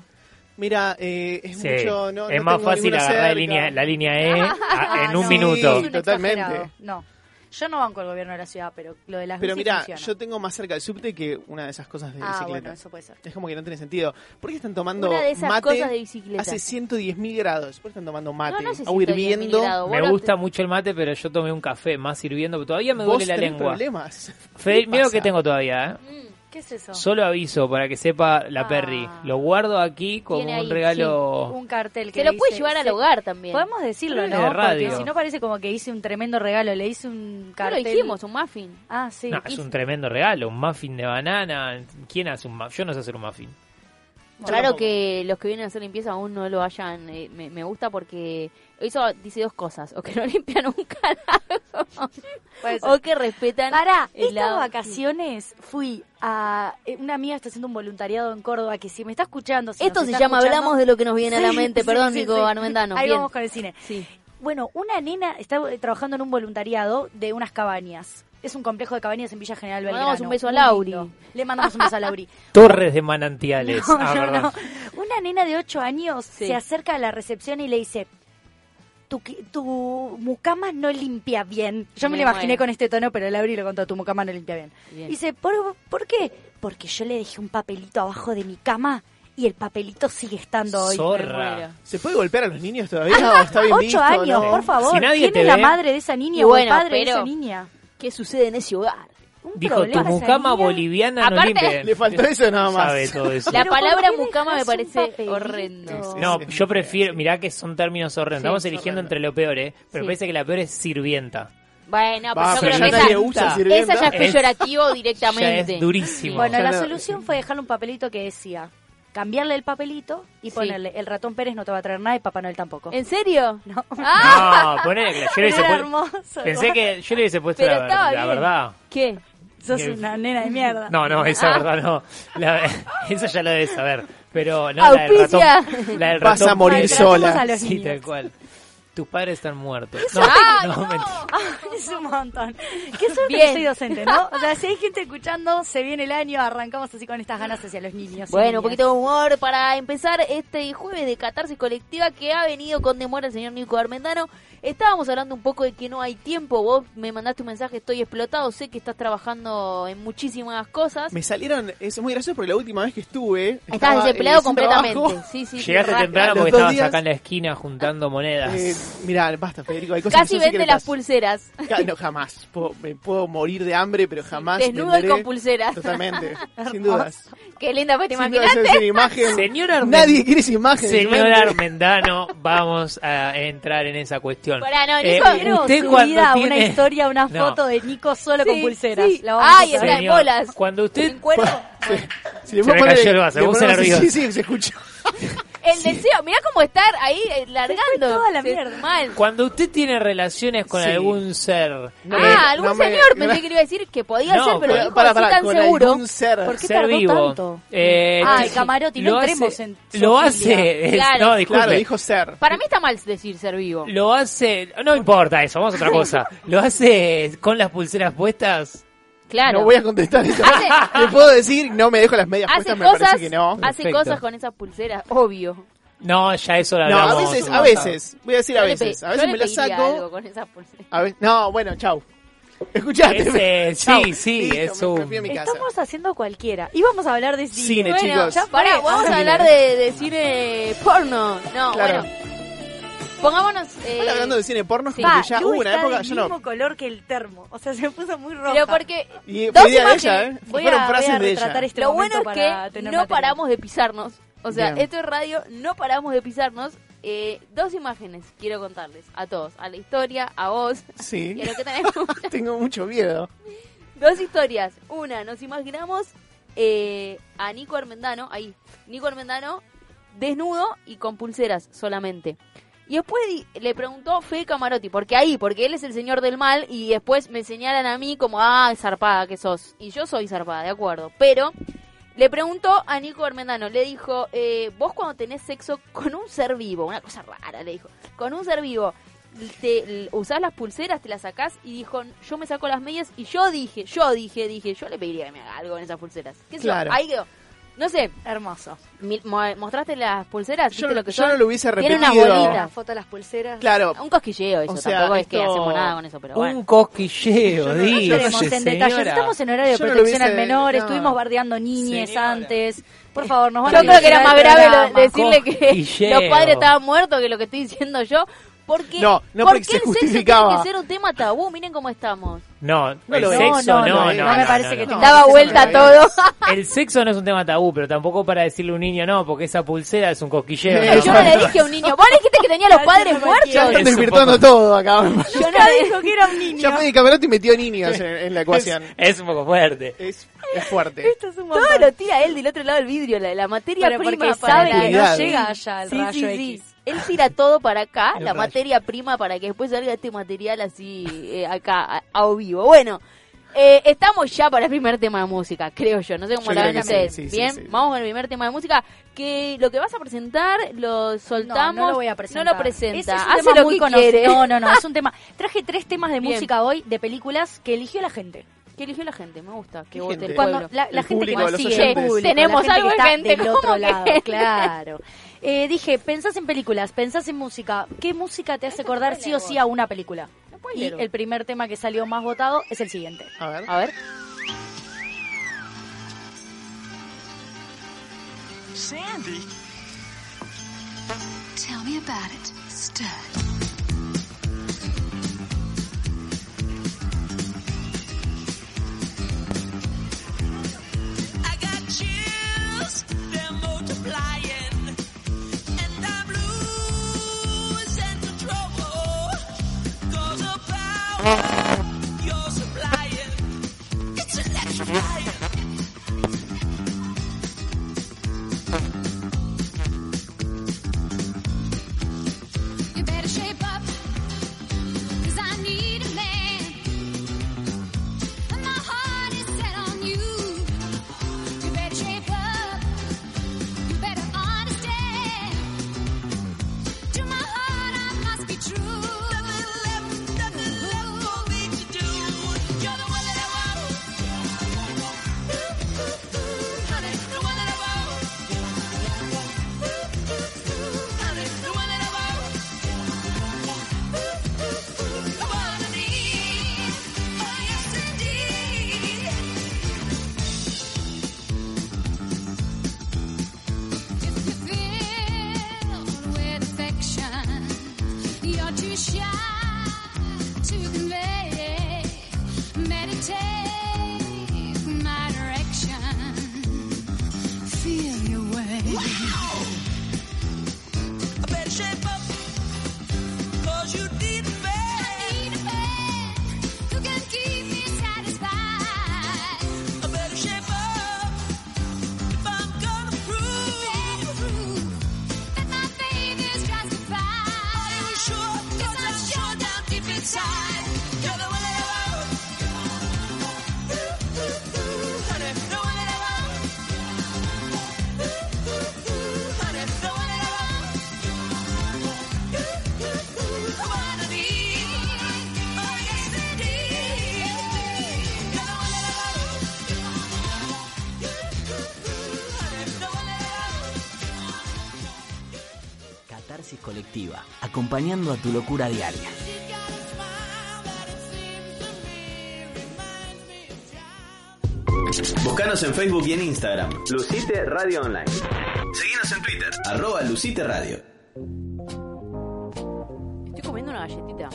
S6: Mira, eh, es
S5: Sí.
S6: mucho. No,
S5: es
S6: no
S5: más
S6: tengo
S5: fácil
S6: ninguna
S5: agarrar la
S6: cerca.
S5: línea, la línea E a- en
S4: Ah,
S5: un
S4: no,
S5: minuto.
S4: es un
S6: Totalmente.
S4: exagerado. No. Yo no banco el gobierno de la ciudad, pero lo de las
S6: Pero
S4: bicis
S6: mira,
S4: funciona.
S6: yo tengo más cerca el subte que una de esas cosas de
S4: Ah,
S6: bicicleta.
S4: bueno, eso puede ser.
S6: Es como que no tiene sentido. ¿Por qué están tomando
S3: Una de esas
S6: mate?
S3: cosas de bicicleta.
S6: Hace 110.000 grados. ¿Por qué están tomando mate?
S3: no, no sé si
S6: Agua
S3: estoy bien
S6: hirviendo.
S3: mirado.
S5: Me
S3: Vos no
S5: gusta
S3: te-
S5: mucho el mate, pero yo tomé un café más sirviendo. Todavía me
S6: Vos
S5: duele la
S6: tenés
S5: lengua.
S6: problemas.
S5: Fede,
S6: ¿Qué
S5: miedo
S6: pasa?
S5: que tengo todavía, ¿eh?
S4: Mm, ¿Qué es eso?
S5: Solo aviso para que sepa la
S4: Ah.
S5: Perry. Lo guardo aquí como
S3: Tiene ahí,
S5: un regalo.
S4: un cartel que
S3: Se lo
S4: dice-
S3: puede llevar al
S4: se-
S3: hogar también.
S4: Podemos decirlo,
S5: Es
S4: ¿no?
S5: de radio.
S4: Porque si no parece como que hice un tremendo regalo, le hice un
S3: No lo
S4: cartel.
S3: dijimos, un muffin.
S4: Ah, sí.
S5: No, es un tremendo regalo. Un muffin de banana. ¿Quién hace un muffin? Yo no sé hacer un muffin.
S3: Claro que los que vienen a hacer limpieza aún no lo hayan. eh, me, me gusta porque eso dice dos cosas: o que no limpian un carajo,
S4: Puede ser.
S3: o que respetan.
S4: Pará,
S3: el
S4: estas
S3: lado-
S4: vacaciones fui a... eh, Una amiga está haciendo un voluntariado en Córdoba que si me está escuchando... si
S3: Esto
S4: nos
S3: se
S4: está
S3: llama
S4: escuchando-
S3: hablamos de lo que nos viene a la
S4: Sí,
S3: mente.
S4: sí,
S3: Perdón,
S4: sí,
S3: Nico
S4: sí.
S3: Armendano.
S4: Ahí
S3: Bien.
S4: vamos con el cine.
S3: Sí.
S4: Bueno, una nena está eh, trabajando en un voluntariado de unas cabañas. Es un complejo de cabañas en Villa General
S3: Le
S4: Belgrano.
S3: mandamos un beso a
S4: Muy
S3: Lauri.
S4: lindo. Le mandamos un beso a Lauri.
S5: Torres de manantiales.
S4: No,
S5: Ah,
S4: no,
S5: verdad.
S4: no. Una nena de 8 años
S3: Sí.
S4: se acerca a la recepción y le dice, tu, qui- tu mucama no limpia bien. Yo me,
S3: Me
S4: lo imaginé
S3: muero.
S4: con este tono, pero Laura lo contó, tu mucama no limpia bien.
S3: Bien.
S4: Dice, ¿Por, ¿por qué? Porque yo le dejé un papelito abajo de mi cama y el papelito sigue estando hoy. Ah,
S5: Zorra.
S6: ¿Se puede golpear a los niños
S3: Ah,
S6: todavía? ¿O está bien
S4: Ocho
S6: visto?
S4: años,
S6: No.
S4: por favor.
S5: Si nadie
S4: ¿Quién
S5: te
S4: es la
S5: ve?
S4: madre de esa niña
S3: Y
S4: o el
S3: bueno,
S4: padre de
S3: pero-
S4: esa niña?
S3: ¿Qué suede en ese hogar?
S4: Un
S5: Dijo, tu
S4: problema esa
S5: mucama
S4: niña".
S5: boliviana no
S3: Aparte-
S5: limpia.
S6: Le faltó eso nada más.
S5: Sabe todo eso.
S3: La
S4: Pero
S3: palabra
S4: ¿por qué
S3: mucama me
S4: dejas un
S3: parece
S4: papelito?
S3: horrendo.
S6: Sí, sí.
S5: No,
S6: es
S5: yo
S6: muy fea,
S5: prefiero, mirá que son términos horrendos.
S3: Sí,
S5: Estamos eligiendo
S6: horrendo.
S5: entre lo peor, ¿eh? Pero
S3: Sí.
S5: parece que la peor es sirvienta.
S3: Bueno, pues pero
S6: Va,
S3: yo
S6: pero
S3: creo
S6: ya
S3: que esa,
S6: nadie usa sirvienta.
S3: esa ya es
S5: Es-
S3: peyorativo
S5: Ya
S3: directamente.
S5: es durísimo.
S4: Bueno,
S6: Ya
S4: la
S6: no-
S4: solución fue dejarle un papelito que decía cambiarle el papelito y
S3: Sí.
S4: ponerle el ratón Pérez no te va a traer nada y Papá Noel tampoco.
S3: ¿En serio?
S4: No.
S3: Ah,
S5: No, ponele que yo le
S4: Pero
S5: hubiese
S4: era
S5: puesto-
S4: hermoso.
S5: Pensé que yo le hubiese puesto
S3: pero
S5: la, ver-
S3: estaba
S5: la
S3: bien.
S5: verdad.
S3: ¿Qué?
S4: Sos una nena de mierda.
S5: No, no, esa verdad no. La- esa ya la debes saber. Pero no, la
S3: Auspicia.
S5: del ratón. La del
S6: Vas
S5: ratón
S6: a morir
S5: Maltratamos
S6: sola.
S5: a los Sí, tal cual. Tus padres están muertos. No, no, mentira.
S4: Ay, Ah, es un montón. Qué suerte
S3: Bien.
S4: que soy docente, ¿no? O sea, si hay gente escuchando, se viene el año, arrancamos así con estas ganas hacia los niños. y
S3: Bueno,
S4: niñas.
S3: un poquito de humor para empezar este jueves de catarsis colectiva que ha venido con demora el señor Nico Armendano. Estábamos hablando un poco de que no hay tiempo. Vos me mandaste un mensaje, estoy explotado. Sé que estás trabajando en muchísimas cosas.
S6: Me salieron, es muy gracioso porque la última vez que estuve. estaba,
S3: Estás
S6: eh,
S3: desempleado
S6: sin
S3: completamente.
S6: trabajo.
S3: Sí, sí, sí,
S5: Llegaste
S3: ra-
S5: temprano
S6: los
S5: porque
S6: dos
S5: estabas
S6: días-
S5: acá en la esquina juntando monedas.
S6: Eh, mirá, basta, Federico. Hay cosas
S3: Casi
S6: que son
S3: vende las
S6: secretas.
S3: pulseras.
S6: Ca- No, jamás. Puedo- me puedo morir de hambre, pero jamás.
S3: Desnudo y
S6: venderé-
S3: con pulseras.
S6: Totalmente, sin dudas.
S3: Qué linda, pues te
S6: Sin dudas,
S3: imaginas.
S6: sin imagen.
S5: Señor Armen-
S6: Nadie quiere esa imagen.
S5: Señor
S6: realmente.
S5: Armendano, vamos a entrar en esa cuestión.
S3: Pará, no,
S5: Eh,
S3: Nico,
S4: Quiero
S5: usted
S4: subida,
S5: cuando
S4: una
S5: tiene-
S4: historia, una
S5: No.
S4: foto de Nico solo con
S3: Sí,
S4: pulseras.
S3: sí.
S4: La vamos a
S3: Ay,
S4: usar.
S3: está-
S5: Señor,
S3: bolas.
S5: Cuando usted
S3: En cuero.
S6: Si
S5: Se me
S6: le puedo poner-
S5: cayó el vaso,
S6: le
S5: vos se la
S6: ponemos-
S5: ríos.
S6: Sí, sí, se escuchó.
S3: El deseo, mirá cómo estar ahí eh, largando.
S4: toda la
S3: Se-
S4: mierda.
S3: Mal.
S5: Cuando usted tiene relaciones con
S6: Sí.
S5: algún ser,
S6: No,
S5: eh,
S3: ah, algún
S6: no me-
S3: señor pensé que le iba a decir que podía
S5: No,
S3: ser, pero
S5: pero-
S3: dijo
S6: Pará,
S3: así
S6: pará,
S3: tan
S6: con
S3: seguro.
S6: algún ser.
S4: ¿Por qué
S5: ser
S4: tardó
S5: vivo.
S4: tanto?
S5: Eh,
S4: Ay,
S5: sí.
S4: Camarotti, no
S5: lo hace-
S4: entremos en
S5: Lo
S4: zoofilia.
S5: hace. es-
S3: Claro.
S5: No, disculpe.
S6: Claro, dijo ser.
S3: Para mí está mal decir ser vivo.
S5: Lo hace. No importa eso, vamos a otra cosa. Lo hace con las pulseras puestas.
S3: Claro.
S6: No voy a contestar eso.
S3: Hace-
S6: Le puedo decir, no me dejo las medias
S3: hace
S6: puestas, me parece
S3: cosas,
S6: que no.
S3: hace
S5: Perfecto.
S3: cosas con esas pulseras, obvio.
S5: No, ya eso lo
S6: No, a
S5: hablamos.
S6: veces, a veces. Voy a decir a
S3: Yo le
S6: veces.
S3: pe-
S6: A
S3: yo
S6: veces
S3: le
S6: me las
S3: pediría algo
S6: saco.
S3: con esas pulseras.
S6: A veces, no, bueno, chau. Escuchate.
S5: Ese,
S6: Chau.
S5: sí, sí,
S6: Listo,
S5: es
S6: me-
S5: un-
S6: me fui a mi casa.
S4: Estamos haciendo cualquiera. Y vamos a hablar de
S6: Cine,
S4: Bueno,
S6: chicos.
S4: ya
S3: Pará,
S4: fue.
S3: vamos a hablar de, de cine porno. No,
S6: Claro.
S3: bueno. Pongámonos. eh,
S6: Estamos hablando de cine porno
S3: Sí.
S6: porque
S4: Pa,
S6: ya
S4: Lu
S6: hubo una
S4: está
S6: época,
S4: del
S6: yo
S4: mismo
S6: no.
S4: color que el termo. O sea, se puso muy rojo.
S3: pero porque
S6: Y
S3: Dos
S6: fue idea de ella,
S3: imágenes.
S6: ¿eh?
S4: Voy
S6: Fueron
S4: a- voy
S6: frases
S4: a
S6: de
S4: retratar
S6: ella.
S4: este
S3: lo
S4: momento
S3: bueno es
S4: para
S3: que
S4: tener
S3: no
S4: material.
S3: paramos de pisarnos. O sea,
S6: Bien.
S3: esto es radio, no paramos de pisarnos. Eh, dos imágenes quiero contarles a todos, a la historia, a vos
S6: Sí.
S3: y a lo que tenemos.
S6: Tengo mucho miedo.
S3: Dos historias. Una, nos imaginamos eh, a Nico Armendano, ahí, Nico Armendano desnudo y con pulseras solamente. Y después di- le preguntó Fede Camarotti, porque ahí, porque él es el señor del mal y después me señalan a mí como, ah, zarpada que sos. Y yo soy zarpada, de acuerdo. Pero le preguntó a Nico Armendano, le dijo, eh, vos cuando tenés sexo con un ser vivo, una cosa rara, le dijo, con un ser vivo, te, l- usás las pulseras, te las sacás y dijo, yo me saco las medias y yo dije, yo dije, dije, yo le pediría que me haga algo con esas pulseras. ¿Qué sé yo?
S6: Claro.
S3: Ahí quedó. No sé,
S4: Hermoso.
S3: mi- mo- mostraste las pulseras,
S6: Yo,
S3: ¿viste lo que
S6: yo
S3: son?
S6: no lo hubiese
S3: Tiene
S6: repetido.
S3: unas
S4: La
S3: bolitas.
S4: foto de las pulseras.
S6: Claro,
S3: Un cosquilleo eso,
S6: O sea,
S3: tampoco es que
S6: esto-
S3: hacemos nada con eso, pero
S5: Un
S3: bueno.
S5: cosquilleo, dice.
S4: Entremos en detalles.
S5: señora.
S4: Estamos en horario de
S6: Yo no lo
S4: protección al
S6: hubiese-
S4: menor.
S6: no.
S4: Estuvimos bardeando niñes
S5: Señora.
S4: antes. Por favor, nos van
S3: Yo
S4: a
S3: creo que era
S4: censurar
S3: más
S4: el
S3: grave lo-
S4: programa.
S3: decirle que
S5: Cosquilleo.
S3: los padres estaban muertos que lo que estoy diciendo yo. Porque,
S6: No, no, porque
S3: porque el
S6: se
S3: sexo tiene
S6: justificaba.
S3: que ser un tema tabú, miren cómo estamos.
S5: No, el
S6: lo es.
S5: sexo no,
S6: No, no,
S5: no,
S6: no, no me
S4: parece que
S5: no.
S4: tenga-
S3: Daba
S4: eso
S3: vuelta
S6: no lo
S3: todo.
S5: El sexo no es un tema tabú, pero tampoco para decirle a un niño no, porque esa pulsera es un cosquilleo.
S6: Sí,
S3: Pero yo
S5: ¿no?
S3: no le dije a un niño, vos le dijiste que tenía los padres
S6: ya
S3: muertos.
S6: están
S5: Es un
S6: desvirtuando
S5: poco-
S6: todo acá.
S3: Yo no
S4: Ya
S3: le-
S4: dijo que era un niño.
S6: Ya Fede Camarotti metió niños en, en la ecuación.
S5: Es un poco fuerte.
S6: Es, es fuerte.
S4: Esto es un montón.
S3: Todo lo tira él del otro lado del vidrio, la, la materia
S4: Pero
S3: prima
S4: porque
S3: sabe
S4: para
S3: que
S6: la-
S3: no llega
S6: no
S4: llega
S3: allá
S4: allá el rayo X.
S3: Él tira todo para acá,
S5: El
S3: la
S5: rayo.
S3: materia prima, para que después salga este material así eh, acá, a, a o vivo. Bueno, eh, estamos ya para el primer tema de música, creo yo. No sé cómo
S6: Yo
S3: la
S6: creo
S3: ven
S6: que sí,
S3: ustedes.
S6: sí, sí,
S3: Bien,
S6: sí.
S3: vamos con el primer tema de música. Que lo que vas a presentar lo soltamos.
S4: No, no lo voy a presentar.
S3: No lo presenta.
S4: Ese es un
S3: Hace
S4: tema
S3: lo
S4: muy
S3: que
S4: conocido.
S3: quiere.
S4: No, no, no, es un tema. Traje tres temas de
S3: Bien.
S4: música hoy, de películas que eligió la gente.
S3: Que eligió la gente, me gusta. Que
S6: ¿Qué
S3: vote
S6: gente?
S3: el
S4: Cuando
S3: pueblo.
S4: la, la
S6: El
S4: gente
S6: público,
S4: que
S6: los
S4: nos sigue,
S6: oyentes.
S4: el público,
S3: Tenemos
S4: la gente
S3: algo
S4: que
S3: en
S4: está
S3: gente,
S4: del
S3: ¿cómo
S4: otro
S3: que?
S4: lado, claro. Eh, dije, pensás en películas, pensás en música. ¿Qué música te hace acordar sí o sí a una película?
S3: puedes
S4: Y
S3: leer vos.
S4: el primer tema que salió más votado es el siguiente.
S6: A ver.
S3: A ver.
S2: Sandy.
S7: Tell me about it, Stud.
S2: I got chills, they're multiplying, and I'm losing control. 'Cause the power
S7: shy to convey. Meditate my direction. Feel your way.
S2: I better shape up, cause you need a
S7: I
S2: bed.
S7: need a man who can keep me satisfied.
S2: I better shape up, if I'm gonna prove.
S7: Better prove that my faith is justified.
S2: Are you sure?
S7: Yes, I'm sure down deep inside.
S2: You're the one that I want. Ooh, ooh, ooh, honey, the one that I want. Ooh, ooh, ooh, honey, the one that I want. Ooh, ooh, ooh, I wanna be. Oh, yes, indeed. You're the one that I want. Ooh, ooh, ooh, honey, the one that I want.
S8: Catarsis colectiva, acompañando a tu locura diaria.
S1: Buscanos en Facebook y en Instagram. Lucite Radio Online. Seguinos en Twitter. Arroba Lucite Radio.
S3: Estoy comiendo una galletita.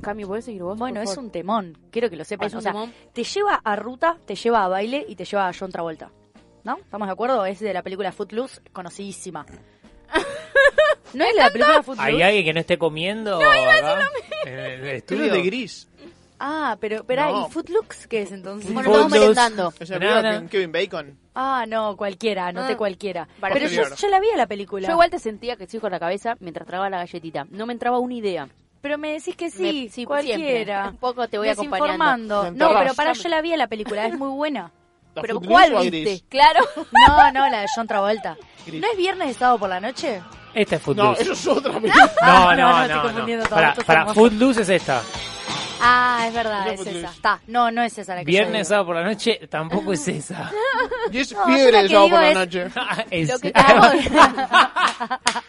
S3: Cami, ¿puedes seguir vos?
S4: Bueno,
S3: por
S4: es
S3: favor?
S4: un temón. Quiero que lo sepas.
S3: Es un
S4: o sea,
S3: temón.
S4: te lleva a ruta, te lleva a baile y te lleva a John Travolta. ¿No? ¿Estamos de acuerdo? Es de la película Footloose, conocidísima. ¿No es la película Footloose?
S5: ¿Hay alguien que no esté comiendo? No, En el
S6: Pero
S5: estudio.
S6: es de gris.
S4: Ah, pero, pero
S6: No.
S4: ¿y Footloose qué es entonces?
S3: Bueno, estamos
S6: Footloose.
S3: merendando.
S6: Es una
S5: Nada.
S6: película con Kevin Bacon.
S4: Ah, no, cualquiera, no
S3: Ah.
S4: te cualquiera.
S3: Para
S4: pero
S6: mí.
S4: yo, yo la vi a la película.
S3: Yo igual te sentía que sí con la cabeza mientras tragaba la galletita. No me entraba una idea.
S4: Pero me decís que sí,
S3: Me- sí, pues
S4: cualquiera.
S3: siempre. Un poco te voy
S4: Desinformando.
S6: acompañando.
S4: No, pero para
S3: Dame.
S4: yo la vi a la película, es muy buena.
S6: ¿La
S3: Pero
S6: Footloose
S3: ¿cuál
S6: o a
S3: viste?
S6: gris?
S3: Claro.
S4: No, no, la de John Travolta.
S6: Gris.
S4: ¿No es viernes de sábado por la noche?
S5: Esta Este es
S6: No,
S5: Footloose.
S6: eso es otra película.
S5: No, no,
S4: Ah, no, no,
S5: no.
S4: estoy confundiendo todo,
S5: Para,
S4: esto es
S5: para,
S4: hermoso.
S5: Footloose es esta.
S4: Ah, es verdad,
S6: No,
S4: es
S6: porque-
S4: esa. Está, no, no es esa la que yo digo.
S5: Viernes, sábado por la noche, tampoco es esa.
S6: Y es
S4: No, yo la
S6: fiebre
S4: que
S6: de sábado por la
S4: digo
S6: noche.
S5: Es-
S3: Lo que cagó.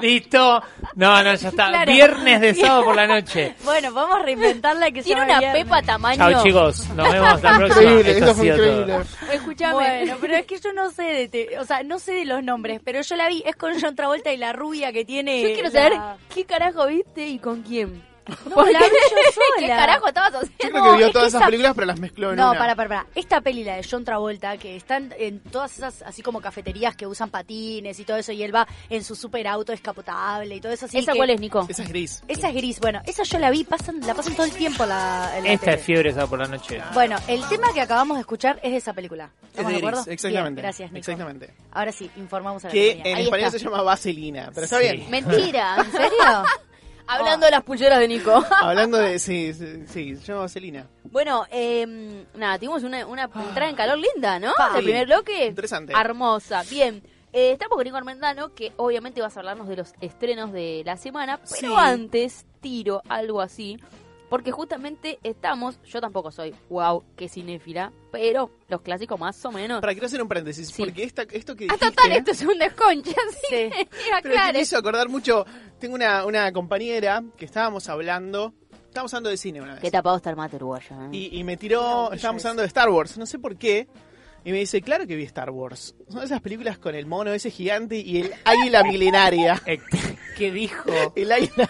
S5: Listo. No, no, ya está.
S4: Claro.
S5: Viernes de sábado por la noche.
S4: Bueno, vamos a reinventarla que se
S3: Tiene
S4: llama
S3: una
S4: Viernes.
S3: pepa tamaño.
S5: Chao chicos, nos vemos la próxima. Esto
S6: Increíble,
S5: ha
S6: esto fue
S5: sido todo.
S6: increíble.
S3: Escúchame.
S4: Bueno, pero es que yo no sé de te- o sea, no sé de los nombres, pero yo la vi, es con John Travolta y la rubia que tiene.
S3: Yo quiero
S4: la-
S3: saber qué carajo viste y con quién.
S4: No, la vi yo
S3: ¿Qué
S4: sola.
S3: carajo estabas
S6: Yo
S3: haciendo?
S6: creo que
S4: es
S6: vio
S4: que
S6: todas esas
S4: esa-
S6: películas, pero las mezcló en
S4: No,
S6: una.
S4: para, para, para. Esta peli, la de John Travolta, que están en todas esas, así como cafeterías que usan patines y todo eso, y él va en su super auto descapotable y todo eso. Así
S3: ¿Esa
S4: que-
S3: cuál es, Nico?
S6: Esa es gris.
S4: Esa es gris. Bueno, esa yo la vi, pasan, la pasan todo el tiempo la, en la
S5: Esta
S4: tele.
S5: es fiebre de sábado por la noche.
S4: Bueno, el tema que acabamos de escuchar es de esa película.
S6: Es
S4: ¿Estamos
S6: de
S4: de acuerdo?
S6: gris, exactamente.
S4: Bien, gracias, Nico.
S6: Exactamente.
S4: Ahora sí, informamos a la
S6: Que
S4: comunidad.
S6: en
S3: Ahí
S6: español
S3: está.
S6: se llama vaselina, pero está
S5: Sí.
S6: bien.
S3: Mentira.
S4: ¿En serio?
S3: Hablando de las pulleras de Nico.
S6: Hablando de... Sí, sí, sí, se llama vaselina.
S3: Bueno, eh, nada, tuvimos una, una entrada en calor linda, ¿no?
S6: Pa.
S3: El primer bloque.
S6: Interesante.
S3: Hermosa. Bien. Eh, estamos con Nico Armendano, que obviamente vas a hablarnos de los estrenos de la semana, pero
S6: Sí.
S3: antes tiro algo así, porque justamente estamos, yo tampoco soy, wow, qué cinéfila, pero los clásicos más o menos.
S6: Para, quiero hacer un paréntesis,
S3: Sí.
S6: porque esta, esto que
S3: Ah,
S6: dijiste... ¿eh?
S3: total, esto es un desconche, así
S4: Sí.
S3: que
S6: Pero es que me
S3: aclare.
S6: hizo acordar mucho. Tengo una, una compañera que estábamos hablando. Estábamos hablando de cine una vez.
S3: Qué tapado está el mate uruguayo, ¿eh?
S6: Y, y me tiró. Estábamos hablando de Star Wars, no sé por qué. Y me dice, claro que vi Star Wars. Son esas películas con el mono ese gigante y el águila milenaria.
S5: Eh, ¿Qué dijo?
S6: El águila.